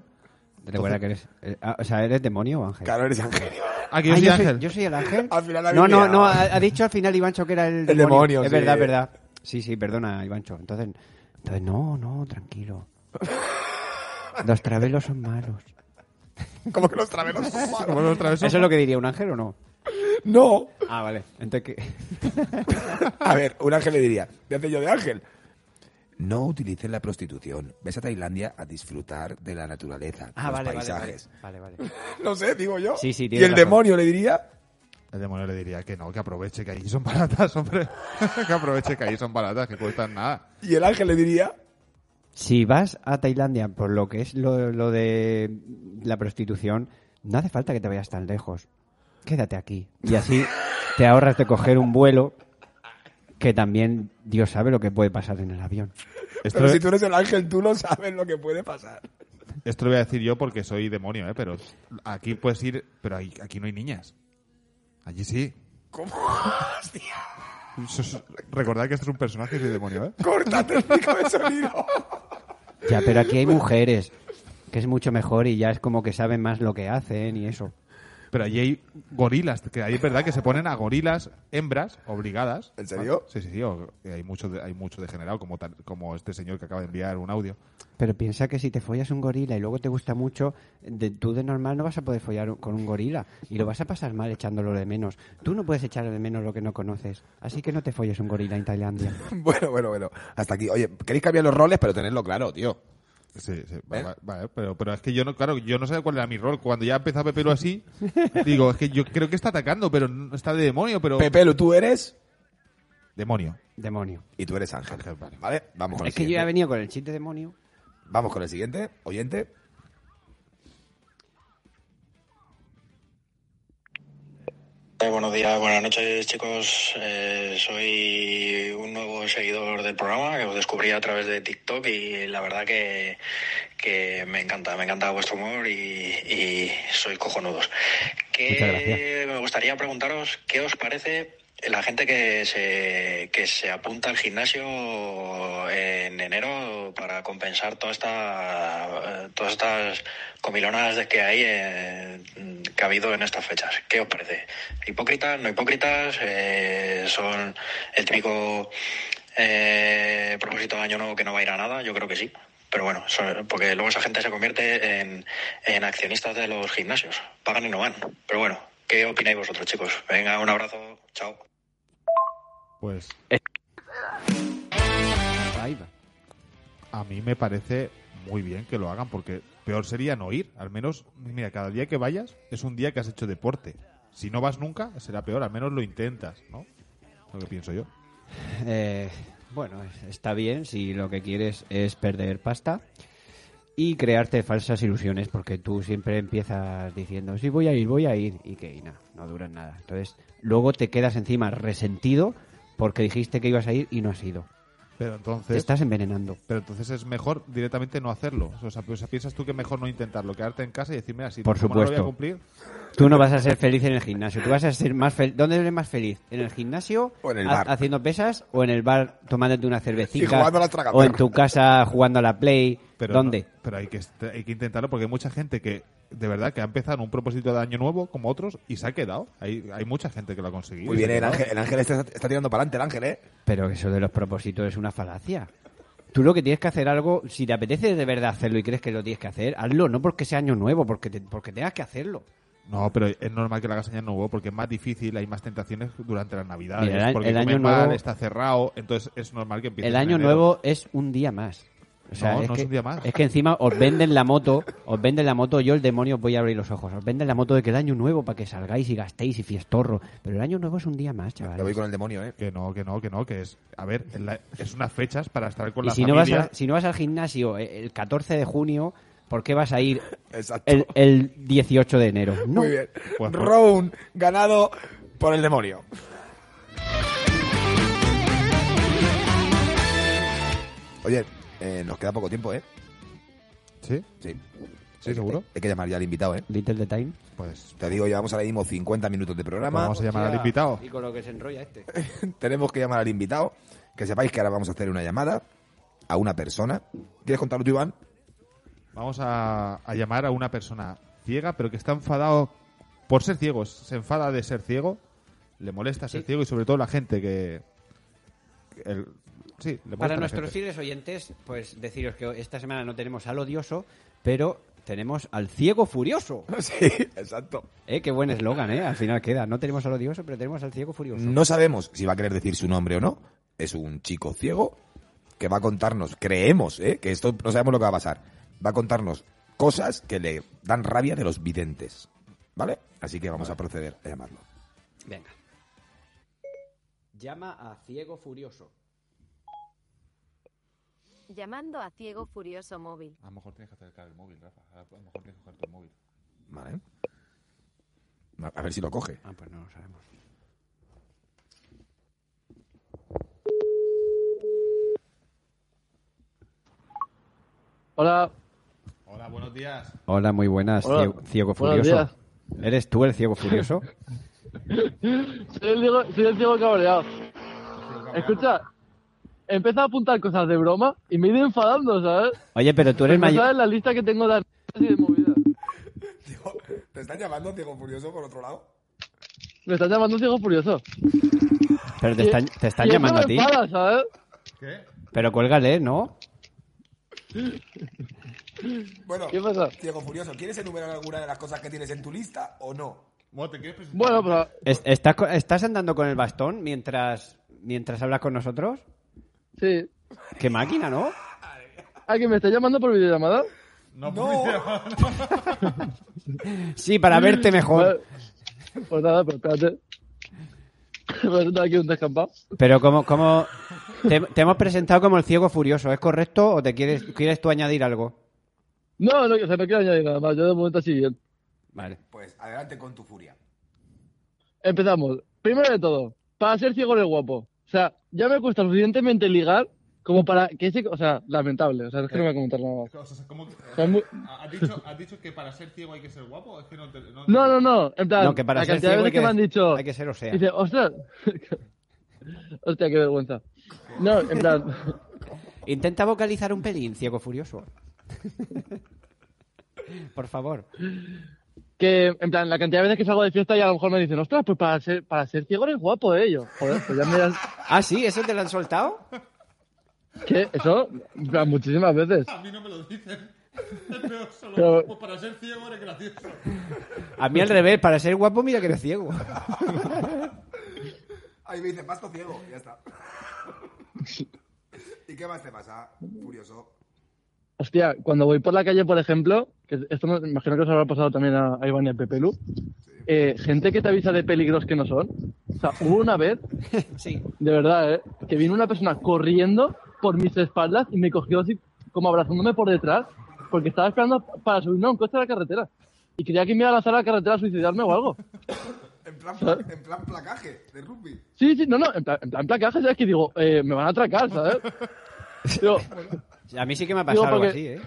A: Recuerda que eres... eh, ah, o sea, ¿eres demonio o ángel?
E: Claro, eres ángel.
B: Ah, que yo
A: Ah,
B: soy
A: yo,
B: ángel.
A: Soy, yo soy el ángel.
E: *laughs* Al final la
A: no, no,
E: Biblia.
A: no, ha, ha dicho al final Ivancho que era el demonio.
E: demonio,
A: es
E: sí.
A: verdad, es verdad. Sí, sí, perdona, Ivancho. Entonces, entonces no, no,
E: *laughs*
A: tranquilo. Los travelos son malos.
E: Como que los *laughs* travelos son malos.
B: Bueno, otra vez.
A: ¿Eso es lo que diría un ángel o no?
E: No.
A: Ah, vale. *laughs* Entonces, ¿qué?
E: A ver, un ángel le diría, ¿qué hace yo de ángel? No utilices la prostitución. Ves a Tailandia a disfrutar de la naturaleza,
A: Ah, vale,
E: los
A: vale, vale,
E: paisajes.
A: vale, vale.
E: No sé, digo yo.
A: Sí, sí,
E: y
A: tienes
E: el
A: razón.
E: demonio le diría,
B: El demonio le diría que no, que aproveche, que allí son baratas, *laughs* hombre. que aproveche, que allí son baratas, que cuestan nada.
E: y el ángel le diría,
A: Si vas a Tailandia por lo que es lo, lo de la prostitución, no hace falta que te vayas tan lejos. Quédate aquí. Y así te ahorras de coger un vuelo que también Dios sabe lo que puede pasar en el avión.
B: Esto,
E: pero si tú eres el ángel, tú no sabes lo que puede pasar. *laughs*
B: esto lo voy a decir yo porque soy demonio, ¿eh? Pero aquí puedes ir, pero ahí- aquí no hay niñas. Allí sí.
E: ¿Cómo?
B: *laughs*
E: Hostia,
B: Eso es- Recordad que esto es un personaje y soy demonio, ¿eh?
E: córtate el pico de sonido.
A: Ya, pero aquí hay mujeres, que es mucho mejor y ya es como que saben más lo que hacen y eso.
B: Pero allí hay gorilas, que ahí es verdad que se ponen a gorilas hembras obligadas.
E: ¿En serio?
B: Sí, sí, sí. o- eh, hay mucho, de- hay mucho degenerado, como, tal- como este señor que acaba de enviar un audio.
A: Pero piensa que si te follas un gorila y luego te gusta mucho, de- tú de normal no vas a poder follar un- con un gorila y lo vas a pasar mal echándolo de menos. Tú no puedes echar de menos lo que no conoces, así que no te folles un gorila en Tailandia.
E: Bueno, bueno, bueno. Hasta aquí. Oye, queréis cambiar los roles, pero tenerlo claro, tío.
B: Sí, sí.
E: ¿Eh?
B: va- va- vale, pero, pero es que yo no, claro, yo no sabía cuál era mi rol. Cuando ya empezó Pepelo así, *laughs* digo, es que yo creo que está atacando, pero no- está de demonio, pero...
E: Pepelo, ¿tú eres?
B: Demonio.
A: Demonio.
E: Y tú eres Ángel. vale. vamos con
A: es
E: el
A: que yo
E: siguiente.
A: ya he venido con el chiste demonio.
E: Vamos con el siguiente, oyente.
L: Eh, buenos días, buenas noches chicos. Eh, soy un nuevo seguidor del programa que os descubrí a través de TikTok y la verdad que, que me encanta, me encanta vuestro humor y, y soy cojonudos.
M: Muchas gracias.
L: Que me gustaría preguntaros qué os parece la gente que se, que se apunta al gimnasio en enero para compensar toda esta, eh, todas estas comilonas de que hay eh, que ha habido en estas fechas. ¿Qué os parece? ¿Hipócritas, no hipócritas? Eh, ¿Son el típico eh, propósito de año nuevo que no va a ir a nada? Yo creo que sí. Pero bueno, son- porque luego esa gente se convierte en, en accionistas de los gimnasios. Pagan y no van. Pero bueno, ¿qué opináis vosotros, chicos? Venga, un abrazo. Chao.
B: Pues. A mí me parece muy bien que lo hagan, porque peor sería no ir. Al menos, mira, cada día que vayas es un día que has hecho deporte. Si no vas nunca, será peor. Al menos lo intentas, ¿no? Lo que pienso yo.
A: Eh, bueno, está bien si lo que quieres es perder pasta y crearte falsas ilusiones, porque tú siempre empiezas diciendo, sí, voy a ir, voy a ir, y que y nada, no duran nada. Entonces, luego te quedas encima resentido porque dijiste que ibas a ir y no has ido.
B: Pero
A: Te
B: entonces.
A: estás envenenando.
B: Pero entonces es mejor directamente no hacerlo. O sea, pues, o sea, piensas tú que es mejor no intentarlo, quedarte en casa y decir, mira, si
A: Por
B: como no lo voy a
A: supuesto.
B: cumplir,
A: Tú no vas a ser feliz en el gimnasio. Tú vas a ser más fel- ¿Dónde eres más feliz? ¿En el gimnasio?
E: O en el
A: ha-
E: bar.
A: Haciendo pesas. ¿O en el bar tomándote una cervecita?
E: Y jugando a las
A: ¿O
E: tragaperras.
A: en tu casa jugando a la Play?
B: Pero
A: ¿Dónde?
B: no- pero hay que, est- hay que intentarlo porque hay mucha gente que, de verdad, que ha empezado en un propósito de año nuevo, como otros, y se ha quedado. Hay, hay mucha gente que lo ha conseguido.
E: Muy
B: y se
E: bien,
B: ha quedado.
E: el ángel, el ángel está, está tirando para adelante, el ángel, ¿eh?
A: Pero eso de los propósitos es una falacia. Tú lo que tienes que hacer algo, si te apetece de verdad hacerlo y crees que lo tienes que hacer, hazlo, no porque sea año nuevo, porque, te- porque tengas que hacerlo.
B: No, pero es normal que la hagas año nuevo porque es más difícil, hay más tentaciones durante las navidades.
A: Mira, el a-
B: porque
A: el
B: come
A: año
B: mal,
A: nuevo-
B: está cerrado, entonces es normal que empiece
A: El año nuevo es un día más. O sea,
B: No,
A: es
B: no
A: que,
B: es un día más.
A: Es que encima os venden la moto, os venden la moto, yo el demonio os voy a abrir los ojos, os venden la moto de que el año nuevo para que salgáis y gastéis y fiestorro, pero el año nuevo es un día más, chaval.
B: voy con el demonio, ¿eh? Que no, que no, que no, que es... A ver, en la- es unas fechas para estar con
A: Y
B: la
A: si no, vas
B: familia.
A: a- si no vas al gimnasio eh, el 14 de junio, ¿por qué vas a ir
E: Exacto.
A: el, el 18 de
B: *laughs*
A: enero? No.
E: Muy bien.
A: Pues, pues.
E: Round ganado por el demonio. Oye, eh, nos queda poco tiempo, ¿eh?
B: ¿Sí?
E: Sí.
B: ¿Sí, seguro?
E: Hay que llamar ya al invitado, ¿eh?
A: Little the time.
B: Pues...
E: Te digo, llevamos ahora mismo 50 minutos de programa.
A: Pues
B: Vamos a llamar al invitado.
A: Y con lo que se enrolla este.
E: Tenemos que llamar al invitado. Que sepáis que ahora vamos a hacer una llamada a una persona. ¿Quieres contarlo tú, Iván?
B: Vamos a, a llamar a una persona ciega, pero que está enfadado por ser ciego. Se enfada de ser ciego, le molesta ser ciego y sobre todo la gente que... que el- sí, le molesta
A: Para
B: a la
A: nuestros
B: gente.
A: fieles oyentes, pues deciros que esta semana no tenemos al odioso, pero tenemos al ciego furioso.
E: *laughs* Sí, exacto.
A: Eh, qué buen eslogan, ¿eh? Al final queda. No tenemos al odioso, pero tenemos al ciego furioso.
E: No sabemos si va a querer decir su nombre o no. Es un chico ciego que va a contarnos, creemos, ¿eh? que esto no sabemos lo que va a pasar. Va a contarnos cosas que le dan rabia de los videntes. ¿Vale? Así que vamos a proceder a llamarlo.
A: Venga. Llama a ciego furioso.
F: Llamando a Ciego Furioso Móvil.
B: A lo mejor tienes que acercar el móvil, Rafa. A lo mejor tienes que coger tu móvil.
E: Vale. A a ver si lo coge.
A: Ah, pues no lo sabemos.
N: Hola.
B: Hola, buenos días.
A: Hola, muy buenas,
N: Hola.
A: ciego, ciego
N: Buenos
A: furioso. ¿Eres tú el ciego
N: *laughs*
A: furioso?
N: Soy el ciego, soy el ciego cabreado. Escucha, empieza a apuntar cosas de broma y me he ido enfadando, ¿sabes?
A: Oye, pero tú eres
N: Pero no
A: mayor.
N: sabes la lista que tengo de artistas y de movidas.
E: ¿Te están llamando ciego furioso por otro lado?
N: Me están llamando ciego furioso.
A: Pero te
N: Y-
A: están, te están
N: y eso
A: llamando a
N: me
A: ti.
N: enfada, ¿sabes?
A: Pero cuélgale, ¿no?
E: Bueno,
N: ¿Qué pasa?
E: ciego furioso, ¿quieres enumerar alguna de las cosas que tienes en tu lista o no?
B: Bueno, ¿te quieres presentar?
N: Bueno, pues
A: Es- ¿Estás, co- estás andando con el bastón mientras, mientras hablas con nosotros?
N: sí.
A: Qué máquina, ¿no?
N: ¿A que me está llamando por videollamada?
B: No,
A: Sí, para verte mejor.
N: Vale. Pues nada, pero espérate. Me he sentado aquí un descampado.
A: Pero como, como te, te hemos presentado como el ciego furioso, ¿es correcto o te quieres, quieres tú añadir algo?
N: No, no, o sea, no quiero añadir nada más. Yo de momento así bien.
A: Vale.
E: Pues adelante con tu furia.
N: Empezamos. Primero de todo, para ser ciego eres guapo. O sea, ya me cuesta suficientemente ligar como para que ese... O sea, lamentable. O sea, es que no voy a comentar nada más.
B: O sea, ¿cómo que-
N: Son muy-
B: ¿Has dicho, has dicho que para ser ciego hay que ser guapo? Es que no te- no te-
N: No, no, no. En plan,
A: No, que para
N: la
A: ser
N: cantidad de
A: ciego hay
N: veces que,
A: que-
N: me han dicho.
A: hay que ser osea.
N: Dice, ostras. *laughs* Hostia, qué vergüenza. No, en plan.
A: Intenta vocalizar un pelín, ciego furioso. *laughs* Por favor.
N: Que, en plan, la cantidad de veces que salgo de fiesta y a lo mejor me dicen, ostras, pues para ser, para ser ciego eres guapo, eh. Y yo, joder, pues ya me das.
A: Ah, sí, eso te lo han soltado.
N: ¿Qué? Eso, en plan, muchísimas veces.
B: A mí no me lo dicen. *laughs* Pero solo,
N: Pero-
B: pues para ser ciego eres gracioso.
A: A mí al revés, para ser guapo, mira que eres ciego.
E: Ahí me dice, pasto ciego, y ya *laughs* está. ¿Y qué más te pasa, furioso?
N: Hostia, cuando voy por la calle, por ejemplo, que esto me imagino que os habrá pasado también a, a Iván y a Pepelu, eh, gente que te avisa de peligros que no son. O sea, hubo una vez,
A: Sí.
N: de verdad, eh, que vino una persona corriendo por mis espaldas y me cogió así, como abrazándome por detrás, porque estaba esperando para subirme a un coche a la carretera. Y creía que me iba a lanzar a la carretera a suicidarme o algo.
E: En plan, pla- en plan placaje de rugby.
N: Sí, sí, no, no, en plan, en plan placaje, ¿sabes? Que digo, eh, me van a atracar, ¿sabes? Digo,
A: A mí sí que me ha
N: Digo,
A: pasado algo
N: porque-
A: así, ¿eh?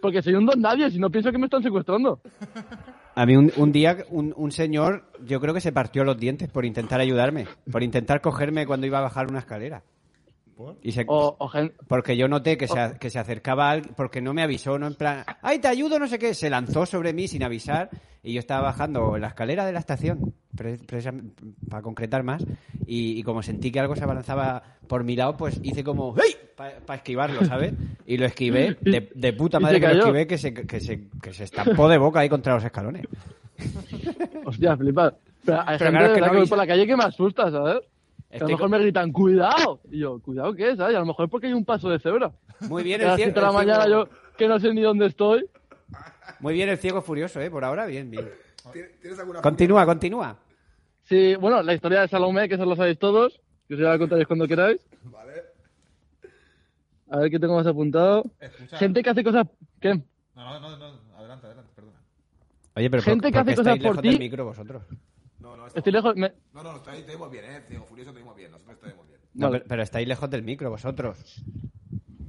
N: porque soy un don nadie, si no pienso que me están secuestrando.
A: A mí un, un día un, un señor, yo creo que se partió los dientes por intentar ayudarme, por intentar cogerme cuando iba a bajar una escalera. Y se-
N: O, o gen-
A: porque yo noté que se, a- que se acercaba alguien, porque no me avisó, no en plan, ¡ay, te ayudo! No sé qué. Se lanzó sobre mí sin avisar y yo estaba bajando la escalera de la estación, pre- precisa- para concretar más, y, y como sentí que algo se abalanzaba por mi lado, pues hice como, ¡hey! Para esquivarlo, ¿sabes? Y lo esquivé, de, de puta
N: ¿Y
A: madre
N: se
A: que lo
N: cayó?
A: esquivé, que se, que, se, que se estampó de boca ahí contra los escalones.
N: Hostia, flipa. Pero
A: Pero claro, es
N: hay gente de
A: que
N: verdad
A: no
N: que voy
A: avisa.
N: por la calle que me asusta, ¿sabes? Que a lo
A: Estoy
N: mejor
A: con-
N: me gritan, ¡cuidado! Y yo, ¿cuidado qué? ¿Sabes? Y a lo mejor es porque hay un paso de cebra.
A: Muy
N: Y
A: bien
N: a
A: el
N: las
A: ciego.
N: siete de la
A: el ciego-
N: mañana yo, que no sé ni dónde estoy.
A: Muy bien el ciego furioso, eh, por ahora, bien, bien.
E: ¿Tien- ¿Tienes alguna
A: Continúa, continúa.
N: Sí, bueno, la historia de Salomé, que eso lo sabéis todos. Que os la contaréis cuando queráis.
E: Vale.
N: A ver qué tengo más apuntado.
B: Escucha.
N: Gente que hace cosas... ¿Qué?
B: No, no, no, no, adelante, adelante, perdona.
A: Oye, pero
N: Gente
A: por,
N: que hace
A: porque
N: cosas
A: estáis
N: por
A: lejos
N: ti.
A: del micro vosotros.
E: No, no,
N: Estoy lejos... me-
E: no, no, no, te te oímos bien, eh. Ciego furioso, te oímos bien. Nosotros te oímos bien.
A: No,
N: Vale.
A: pero, pero estáis lejos del micro vosotros.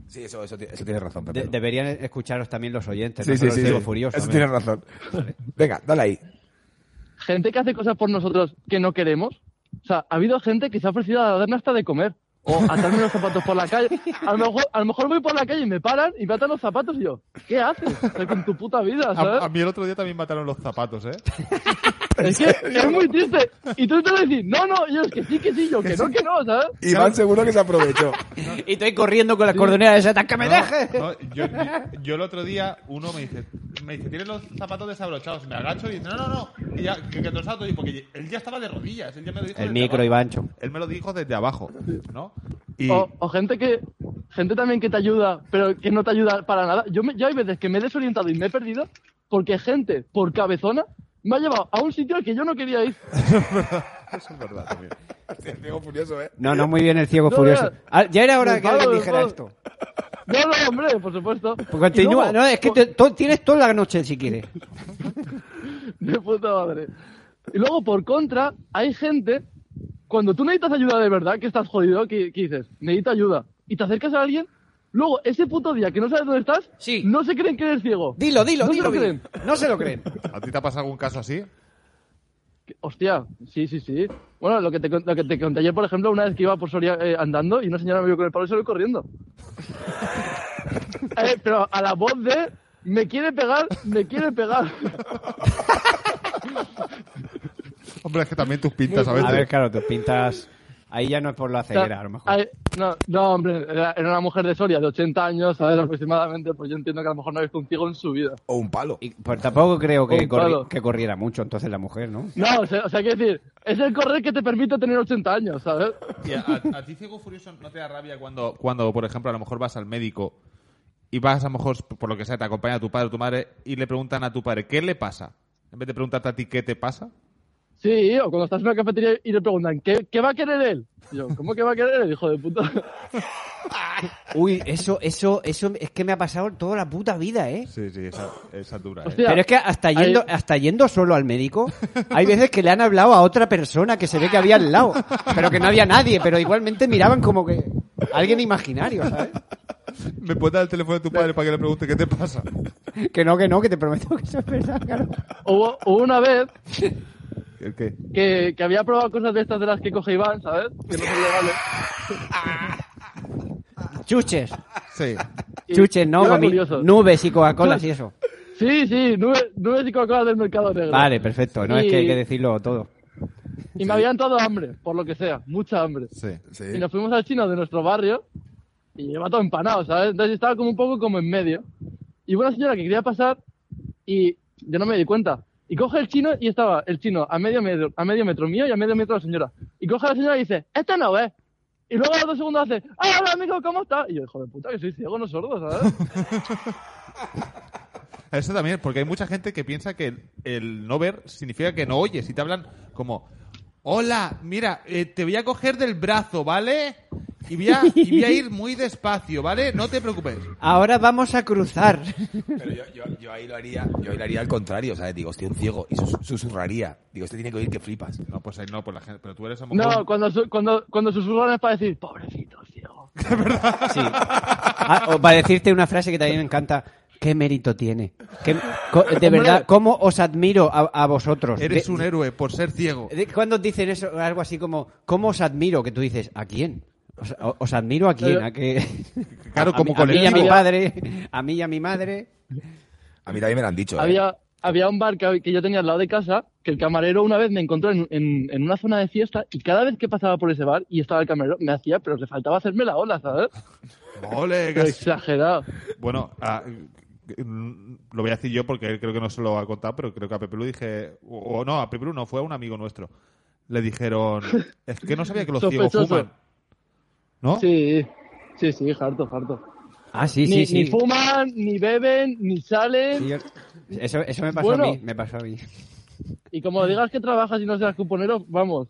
E: Sí, eso, eso, ti- eso tienes razón, Pepe.
A: De- deberían escucharos también los oyentes.
E: Sí,
A: no
E: sí,
A: solo el
E: sí,
A: ciego
E: sí.
A: furioso.
E: Eso
A: mira.
E: tienes razón. Venga, dale ahí.
N: gente que hace cosas por nosotros que no queremos. O sea, ha habido gente que se ha ofrecido a darme hasta de comer. O atarme los zapatos por la calle. A lo, mejor, a lo mejor voy por la calle y me paran y me atan los zapatos y yo, ¿qué haces? O sea, con tu puta vida,
B: A, a
N: ¿sabes?
B: mí el otro día también mataron los zapatos, ¿eh?
N: Es *laughs* que es muy triste. Y tú te vas a decir, no, no, y yo es que sí, que sí, yo que no, que no, ¿sabes?
E: Iván seguro que se aprovechó.
A: Y estoy corriendo con las cordoneras de Satan, ¡que me
B: No,
A: dejes!
B: no, yo, yo- yo el otro día, uno me dice, me dice, tienes los zapatos desabrochados. Me agacho y dice, no, no, no, que, ya, que, que te los ato yo, porque él ya estaba de rodillas. Él ya me lo dijo
A: El
B: desde
A: micro,
B: abajo.
A: Ivancho.
B: Él me lo dijo desde abajo, ¿no? Y
N: O, o gente que gente también que te ayuda, pero que no te ayuda para nada. Yo, me- yo hay veces que me he desorientado y me he perdido porque gente por cabezona me ha llevado a un sitio al que yo no quería ir.
B: eso es verdad también.
E: *laughs* Ciego furioso, eh.
A: No, no, muy bien el ciego
N: No,
A: furioso.
N: mira.
A: Ah, ya era hora
N: Me
A: que alguien
N: enfado, me
A: dijera
N: enfado.
A: esto.
N: No, no, hombre, por supuesto.
A: Pues Continúa,
N: Y luego,
A: no, es que te- to- tienes toda la noche si quieres.
N: De puta madre. Y luego, por contra, hay gente, cuando tú necesitas ayuda de verdad, que estás jodido, que, que dices, necesito ayuda, y te acercas a alguien, luego, ese puto día que no sabes dónde estás,
A: Sí.
N: no se creen que eres ciego.
A: Dilo, dilo,
N: No se
A: dilo.
N: lo
A: bien.
N: creen.
A: No se lo creen.
B: ¿A ti te ha pasado algún caso así?
N: Que- Hostia, sí, sí, sí. Bueno, lo que te, con- lo que te conté ayer, por ejemplo, una vez que iba por Soria eh, andando y una señora me vio con el palo y se corriendo. Eh, pero a la voz de, me quiere pegar, me quiere pegar.
B: Hombre, es que también tus pintas a veces.
A: A ver, claro, tus pintas. Ahí ya no es por la ceguera, a lo mejor.
N: Ay, no, no, hombre, era era una mujer de Soria de 80 años, ¿sabes? Aproximadamente, pues yo entiendo que a lo mejor no ha visto un ciego en su vida.
E: *laughs* O un palo.
A: Pues tampoco creo que,
N: Un palo.
A: corri- que corriera mucho entonces la mujer, ¿no?
N: No, o sea, o sea, quiero decir, es el correr que te permite tener 80 años, ¿sabes?
B: a, ti Ciego Furioso no te da rabia cuando, cuando, por ejemplo, a lo mejor vas al médico y vas a lo mejor, por lo que sea, te acompaña tu padre o tu madre y le preguntan a tu padre, ¿qué le pasa? En vez de preguntarte a ti, ¿qué te pasa?
N: Sí, o cuando estás en una cafetería y le preguntan, ¿qué, qué va a querer él? Y yo, ¿cómo que va a querer él, hijo de puta? *laughs*
A: Uy, eso, eso, eso es que me ha pasado toda la puta vida, ¿eh?
B: Sí, sí, esa, esa dura. ¿eh?
N: Hostia.
A: Pero es que hasta
N: Ahí-
A: yendo, hasta yendo solo al médico, hay veces que le han hablado a otra persona que se ve que había al lado, pero que no había nadie, pero igualmente miraban como que alguien imaginario, ¿sabes?
B: ¿Me puedes dar el teléfono de tu padre para que le pregunte qué te pasa?
A: Que no, que no, que te prometo que eso es verdad, claro.
N: Hubo, hubo una vez
B: ¿El qué?
N: que, que había probado cosas de estas de las que coge Iván, ¿sabes? Que no son legales.
A: Chuches,
B: Sí.
N: Y
A: chuches, no,
N: yo era
A: mami.
N: curioso.
A: Nubes y Coca-Colas y eso.
N: Sí, sí, nubes, nubes y Coca-Cola del mercado negro.
A: Vale, perfecto, no es que hay que decirlo todo.
N: Y me habían dado hambre, por lo que sea, mucha hambre.
B: Sí.
N: Y nos fuimos al chino de nuestro barrio y lleva todo empanado, ¿sabes? Entonces estaba como un poco como en medio. Y hubo una señora que quería pasar y yo no me di cuenta. Y coge el chino y estaba el chino a medio metro, a medio metro mío y a medio metro la señora. Y coge a la señora y dice, esta no es. Y luego a los dos segundos hace, ¡ah, hola amigo, ¿cómo estás? Y yo, hijo de puta, que soy ciego, no sordo, ¿sabes?
B: Eso también, porque hay mucha gente que piensa que el, el no ver significa que no oyes y te hablan como, hola, mira, eh, te voy a coger del brazo, ¿vale? Y voy, a, y voy a ir muy despacio, ¿vale? No te preocupes.
A: Ahora vamos a cruzar.
E: Pero yo, yo- yo ahí lo haría, yo ahí lo haría al contrario, ¿sabes? Digo, hostia, un ciego. Y sus- susurraría. Digo, este tiene que oír que flipas.
B: No, pues ahí no, por la gente, pero tú eres a lo mejor
N: No, cuando, su- cuando, cuando susurran es para decir, pobrecito, ciego.
A: Sí. Ah, o para decirte una frase que también me encanta. ¿Qué mérito tiene? ¿Qué- co- de
N: Hombre.
A: verdad, ¿cómo os admiro a, a vosotros?
B: eres
A: De-
B: un héroe por ser ciego.
A: de- ¿Cuándo dicen eso? Algo así como, ¿cómo os admiro? Que tú dices, ¿a quién? Os, o- os admiro a quién, a que
B: Eh, Claro,
A: *laughs* a,
B: como
A: mí- a mí y a mi
B: colectivo.
A: padre, a mí y a mi madre.
E: A mí también me lo han dicho. ¿eh?
N: Había, había un bar que, que yo tenía al lado de casa que el camarero una vez me encontró en, en- en una zona de fiesta y cada vez que pasaba por ese bar y estaba el camarero me hacía, pero le faltaba hacerme la ola,
A: *laughs*
N: ¿sabes? *laughs*
B: Ole,
N: Pero
B: casi-
N: exagerado.
B: Bueno, ah, mm, lo voy a decir yo porque él creo que no se lo ha contado, pero creo que a Pepe Lu dije, o, o no, a Pepe Lu no, fue a un amigo nuestro. Le dijeron, es que no sabía que los ciegos
N: *laughs* Sospechoso.
B: fuman. ¿No?
N: Sí, sí, sí, harto, harto.
A: Ah, sí, sí,
N: ni,
A: sí.
N: ni fuman, ni beben, ni salen.
A: Sí, yo- Eso, eso me pasó
N: Bueno.
A: a mí, me pasó a mí.
N: Y como digas que trabajas y no seas cuponero,
A: *laughs*
N: vamos.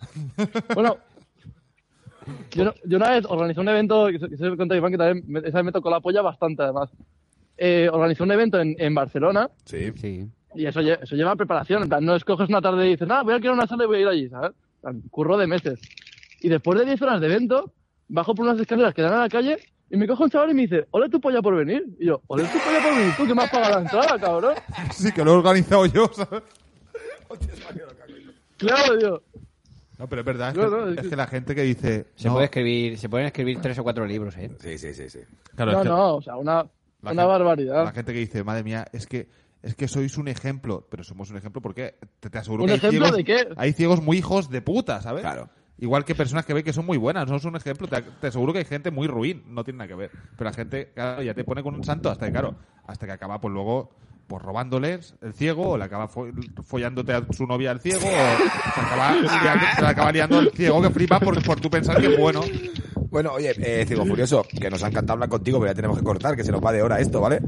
N: Bueno, yo, no- yo una vez organizé un evento, que se que se lo conté a Iván, que también me, esa vez me tocó la polla bastante además. Eh, organizé un evento en, en Barcelona
E: Sí.
A: Sí.
N: y eso, lle- eso lleva preparación. En plan, no escoges una tarde y dices, nada, voy a alquilar una sala y voy a ir allí, ¿sabes? En plan, curro de meses. Y después de 10 horas de evento, bajo por unas escaleras que dan a la calle y me coge un chaval y me dice, ¿ole tu polla por venir? Y yo, ¿ole tu polla por venir? ¿Tú que me has pagado la entrada, cabrón?
B: Sí, que lo he organizado yo, ¿sabes?
N: Claro, yo.
B: No, pero es verdad, es,
N: No,
B: que,
N: no, es
B: es
N: que-
B: que la gente que dice...
A: Se,
B: no,
A: puede escribir, se pueden escribir tres o cuatro libros, ¿eh?
E: Sí, sí, sí, sí.
B: claro, es
N: No,
B: que
N: no, o sea, una,
B: La
N: una
B: gente-
N: barbaridad.
B: La gente que dice, madre mía, es que, es que sois un ejemplo. Pero somos un ejemplo porque te, te aseguro
N: ¿Un
B: que hay
N: ejemplo
B: ciegos,
N: de qué?
B: hay ciegos muy hijos de puta, ¿sabes?
E: Claro.
B: Igual que personas que ve que son muy buenas, no es un ejemplo. Te, te aseguro que hay gente muy ruin, no tiene nada que ver. Pero la gente claro, ya te pone con un santo hasta que, claro, hasta que acaba pues luego pues robándoles el ciego o le acaba fo- follándote a su novia el ciego o se acaba, liando- se la acaba liando el ciego que flipa por, por tú pensar que es bueno.
E: Bueno, oye, eh, Ciego Furioso, que nos ha encantado hablar contigo, pero ya tenemos que cortar, que se nos va de hora esto, ¿vale?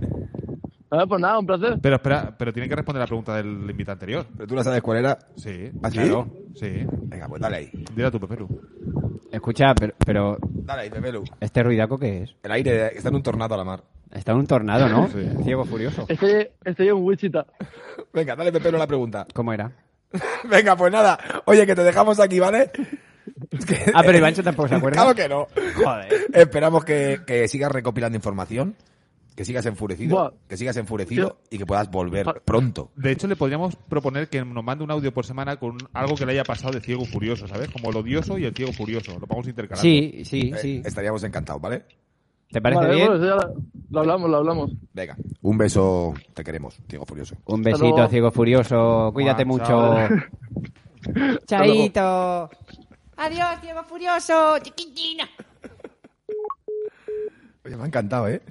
N: Ah, pues nada, un placer.
B: Pero espera, pero tiene que responder la pregunta del invitado anterior.
E: Pero tú no sabes cuál era.
B: Sí.
E: ¿Ah, sí?
B: Claro. Sí.
E: Venga, pues dale ahí.
B: Dile a tu Pepe Lu.
A: Escucha, pero, pero
E: Dale ahí, Pepelu.
A: ¿este ruidaco qué es?
E: El aire está en un tornado a la mar.
A: Está en un tornado, ¿no? Ciego furioso.
N: Estoy, estoy en Wichita.
E: Venga, dale, Pepelu, la pregunta. *laughs*
A: ¿Cómo era?
E: Venga, pues nada. Oye, que te dejamos aquí, ¿vale?
A: Ah, pero Ivancho tampoco se acuerda.
E: Claro que no. Eh,
A: Joder.
E: Esperamos que, que sigas recopilando información, que sigas enfurecido,
N: Buah.
E: que sigas enfurecido y que puedas volver pronto.
B: De hecho, le podríamos proponer que nos mande un audio por semana con algo que le haya pasado de ciego furioso, ¿sabes? Como el odioso y el ciego furioso. Lo vamos intercalando.
A: Sí, sí,
E: Eh,
A: sí.
E: estaríamos encantados, ¿vale?
A: ¿Te parece
N: Vale,
A: bien?
N: bueno, eso ya lo- Lo hablamos, lo hablamos.
E: Venga. Un beso, te queremos, Ciego Furioso.
A: Un besito,
N: luego.
A: ciego furioso. Cuídate
E: Guau,
A: mucho.
E: chaval.
H: Chaito. Adiós, Diego Furioso, chiquitina.
E: Oye, me ha encantado, ¿eh?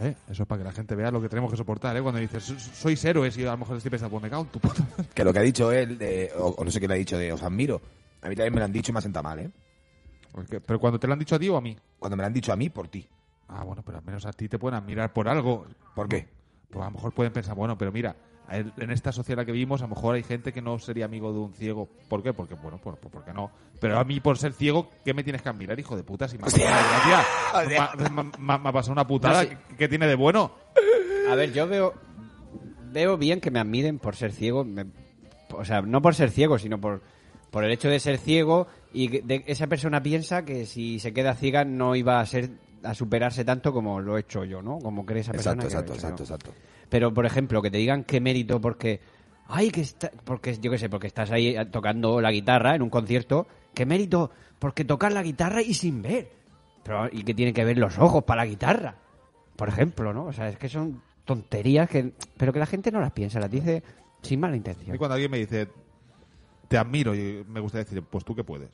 B: Eh, Eso es para que la gente vea lo que tenemos que soportar, ¿eh? Cuando dices, "So- sois héroes y a lo mejor estoy pensando, pues me cago en tu puta. *laughs* madre".
E: Que lo que ha dicho él, de- o, o no sé qué le ha dicho, de os admiro. A mí también me lo han dicho y me ha sentado mal, ¿eh?
B: Pero cuando te lo han dicho a ti o a mí.
E: Cuando me lo han dicho a mí, por ti.
B: Ah, bueno, pero al menos a ti te pueden admirar por algo.
E: ¿Por qué?
B: Pues a lo mejor pueden pensar, bueno, pero mira, a él- en esta sociedad que vivimos, a lo mejor hay gente que no sería amigo de un ciego. ¿Por qué? Porque, bueno, por, por- porque no. Pero a mí, por ser ciego, ¿qué me tienes que admirar, hijo de puta? Si me ha pasado una desgracia. Me ha- me- me- me ha pasado una putada.
A: No, sí.
B: ¿Qué- ¿Qué tiene de bueno?
A: A ver, yo veo veo bien que me admiren por ser ciego. me- o sea, no por ser ciego, sino por, por el hecho de ser ciego y que- de- esa persona piensa que si se queda ciega no iba a ser a superarse tanto como lo he hecho yo, ¿no? Como cree esa persona.
E: Exacto,
A: que lo he hecho
E: exacto, exacto,
A: yo.
E: exacto.
A: Pero, por ejemplo, que te digan qué mérito porque... Ay, que está, porque yo qué sé, porque estás ahí tocando la guitarra en un concierto. ¿Qué mérito? Porque tocar la guitarra y sin ver. Pero, y que tienen que ver los ojos para la guitarra. Por ejemplo, ¿no? O sea, es que son tonterías que... Pero que la gente no las piensa, las dice sin mala
B: Y
A: intención.
B: cuando alguien me dice, te admiro, y me gusta decir, pues tú que puedes.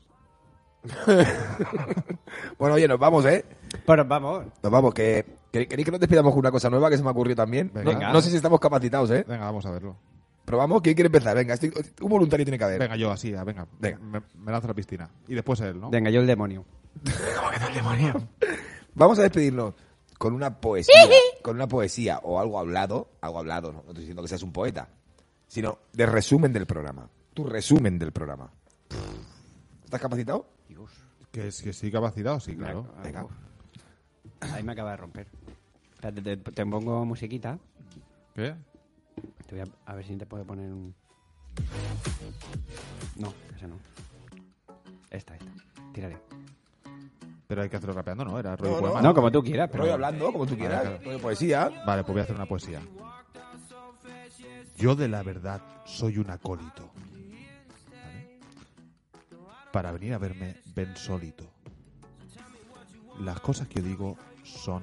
E: Bueno, oye, nos vamos, ¿eh?
A: Bueno, vamos.
E: Nos vamos, que... ¿quer- ¿Queréis que nos despidamos con una cosa nueva que se me ocurrió también? No-
B: Venga.
E: No, sé si estamos capacitados, ¿eh?
B: Venga, vamos a verlo.
E: Probamos. ¿Quién quiere empezar? Venga, estoy- un voluntario tiene que haber.
B: Venga, yo así, ah, venga. Me, me lanzo a la piscina. Y después él, ¿no?
A: Venga, yo el demonio.
E: Vamos a despedirnos con una poesía, con una poesía o algo hablado, algo hablado, no, no estoy diciendo que seas un poeta, sino de resumen del programa, tu resumen del programa. ¿Estás capacitado?
B: Que, es- que sí, capacitado, sí, claro.
A: Ah,
E: Venga.
A: Ahí me acaba de romper. Espérate, te, te pongo musiquita.
B: ¿Qué?
A: Te voy a, a ver si te puedo poner un... No, esa no. Esta, esta. Tírale.
B: Pero hay que hacerlo rapeando, ¿no? Era rollo
E: No,
B: poema,
A: No, como tú quieras. Pero...
E: Rollo hablando, como tú
B: Vale,
E: quieras,
B: claro.
E: rollo poesía.
B: Vale, pues voy a hacer una poesía. Yo de la verdad soy un acólito. ¿Vale? Para venir a verme, ven solito. Las cosas que yo digo son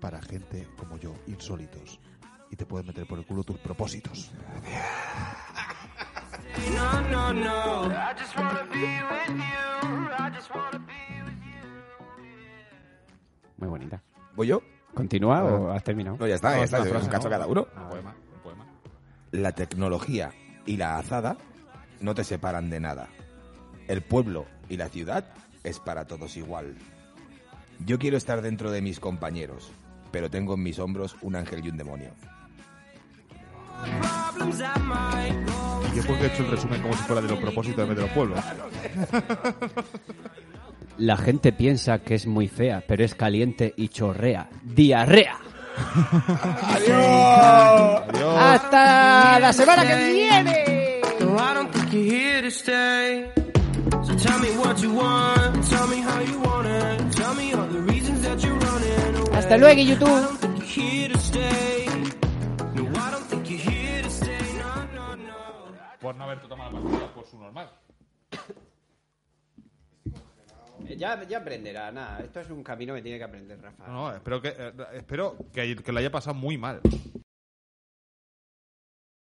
B: para gente como yo, insólitos. Y te puedes meter por el culo tus propósitos.
A: Muy bonita.
E: ¿Voy yo?
A: ¿Continúa o has terminado?
E: No, ya está, ya
B: No,
E: está,
B: una
E: es
B: frase,
E: un cacho
B: ¿no? Ah,
E: cada uno.
B: Un poema, un poema.
E: La tecnología y la azada no te separan de nada. El pueblo y la ciudad es para todos igual. Yo quiero estar dentro de mis compañeros, pero tengo en mis hombros un ángel y un demonio.
B: Y yo porque he hecho el resumen como si fuera de los propósitos en vez de los pueblos.
A: La gente piensa que es muy fea, pero es caliente y chorrea. ¡Diarrea!
H: Hasta la semana que viene.
D: No, I don't think you're here to stay. So tell me what you want, tell me how you want it, tell me all the reasons that you're running away.
H: Hasta luego, YouTube.
D: I don't think you're here to stay. No, I don't think you're here to stay. No, no, no.
B: Por Pues no haberte tomado la partida, por su normal.
A: Ya, ya aprenderá, nada. Esto es un camino que tiene que aprender Rafa.
B: No, espero que, eh, espero que, que lo haya pasado muy mal.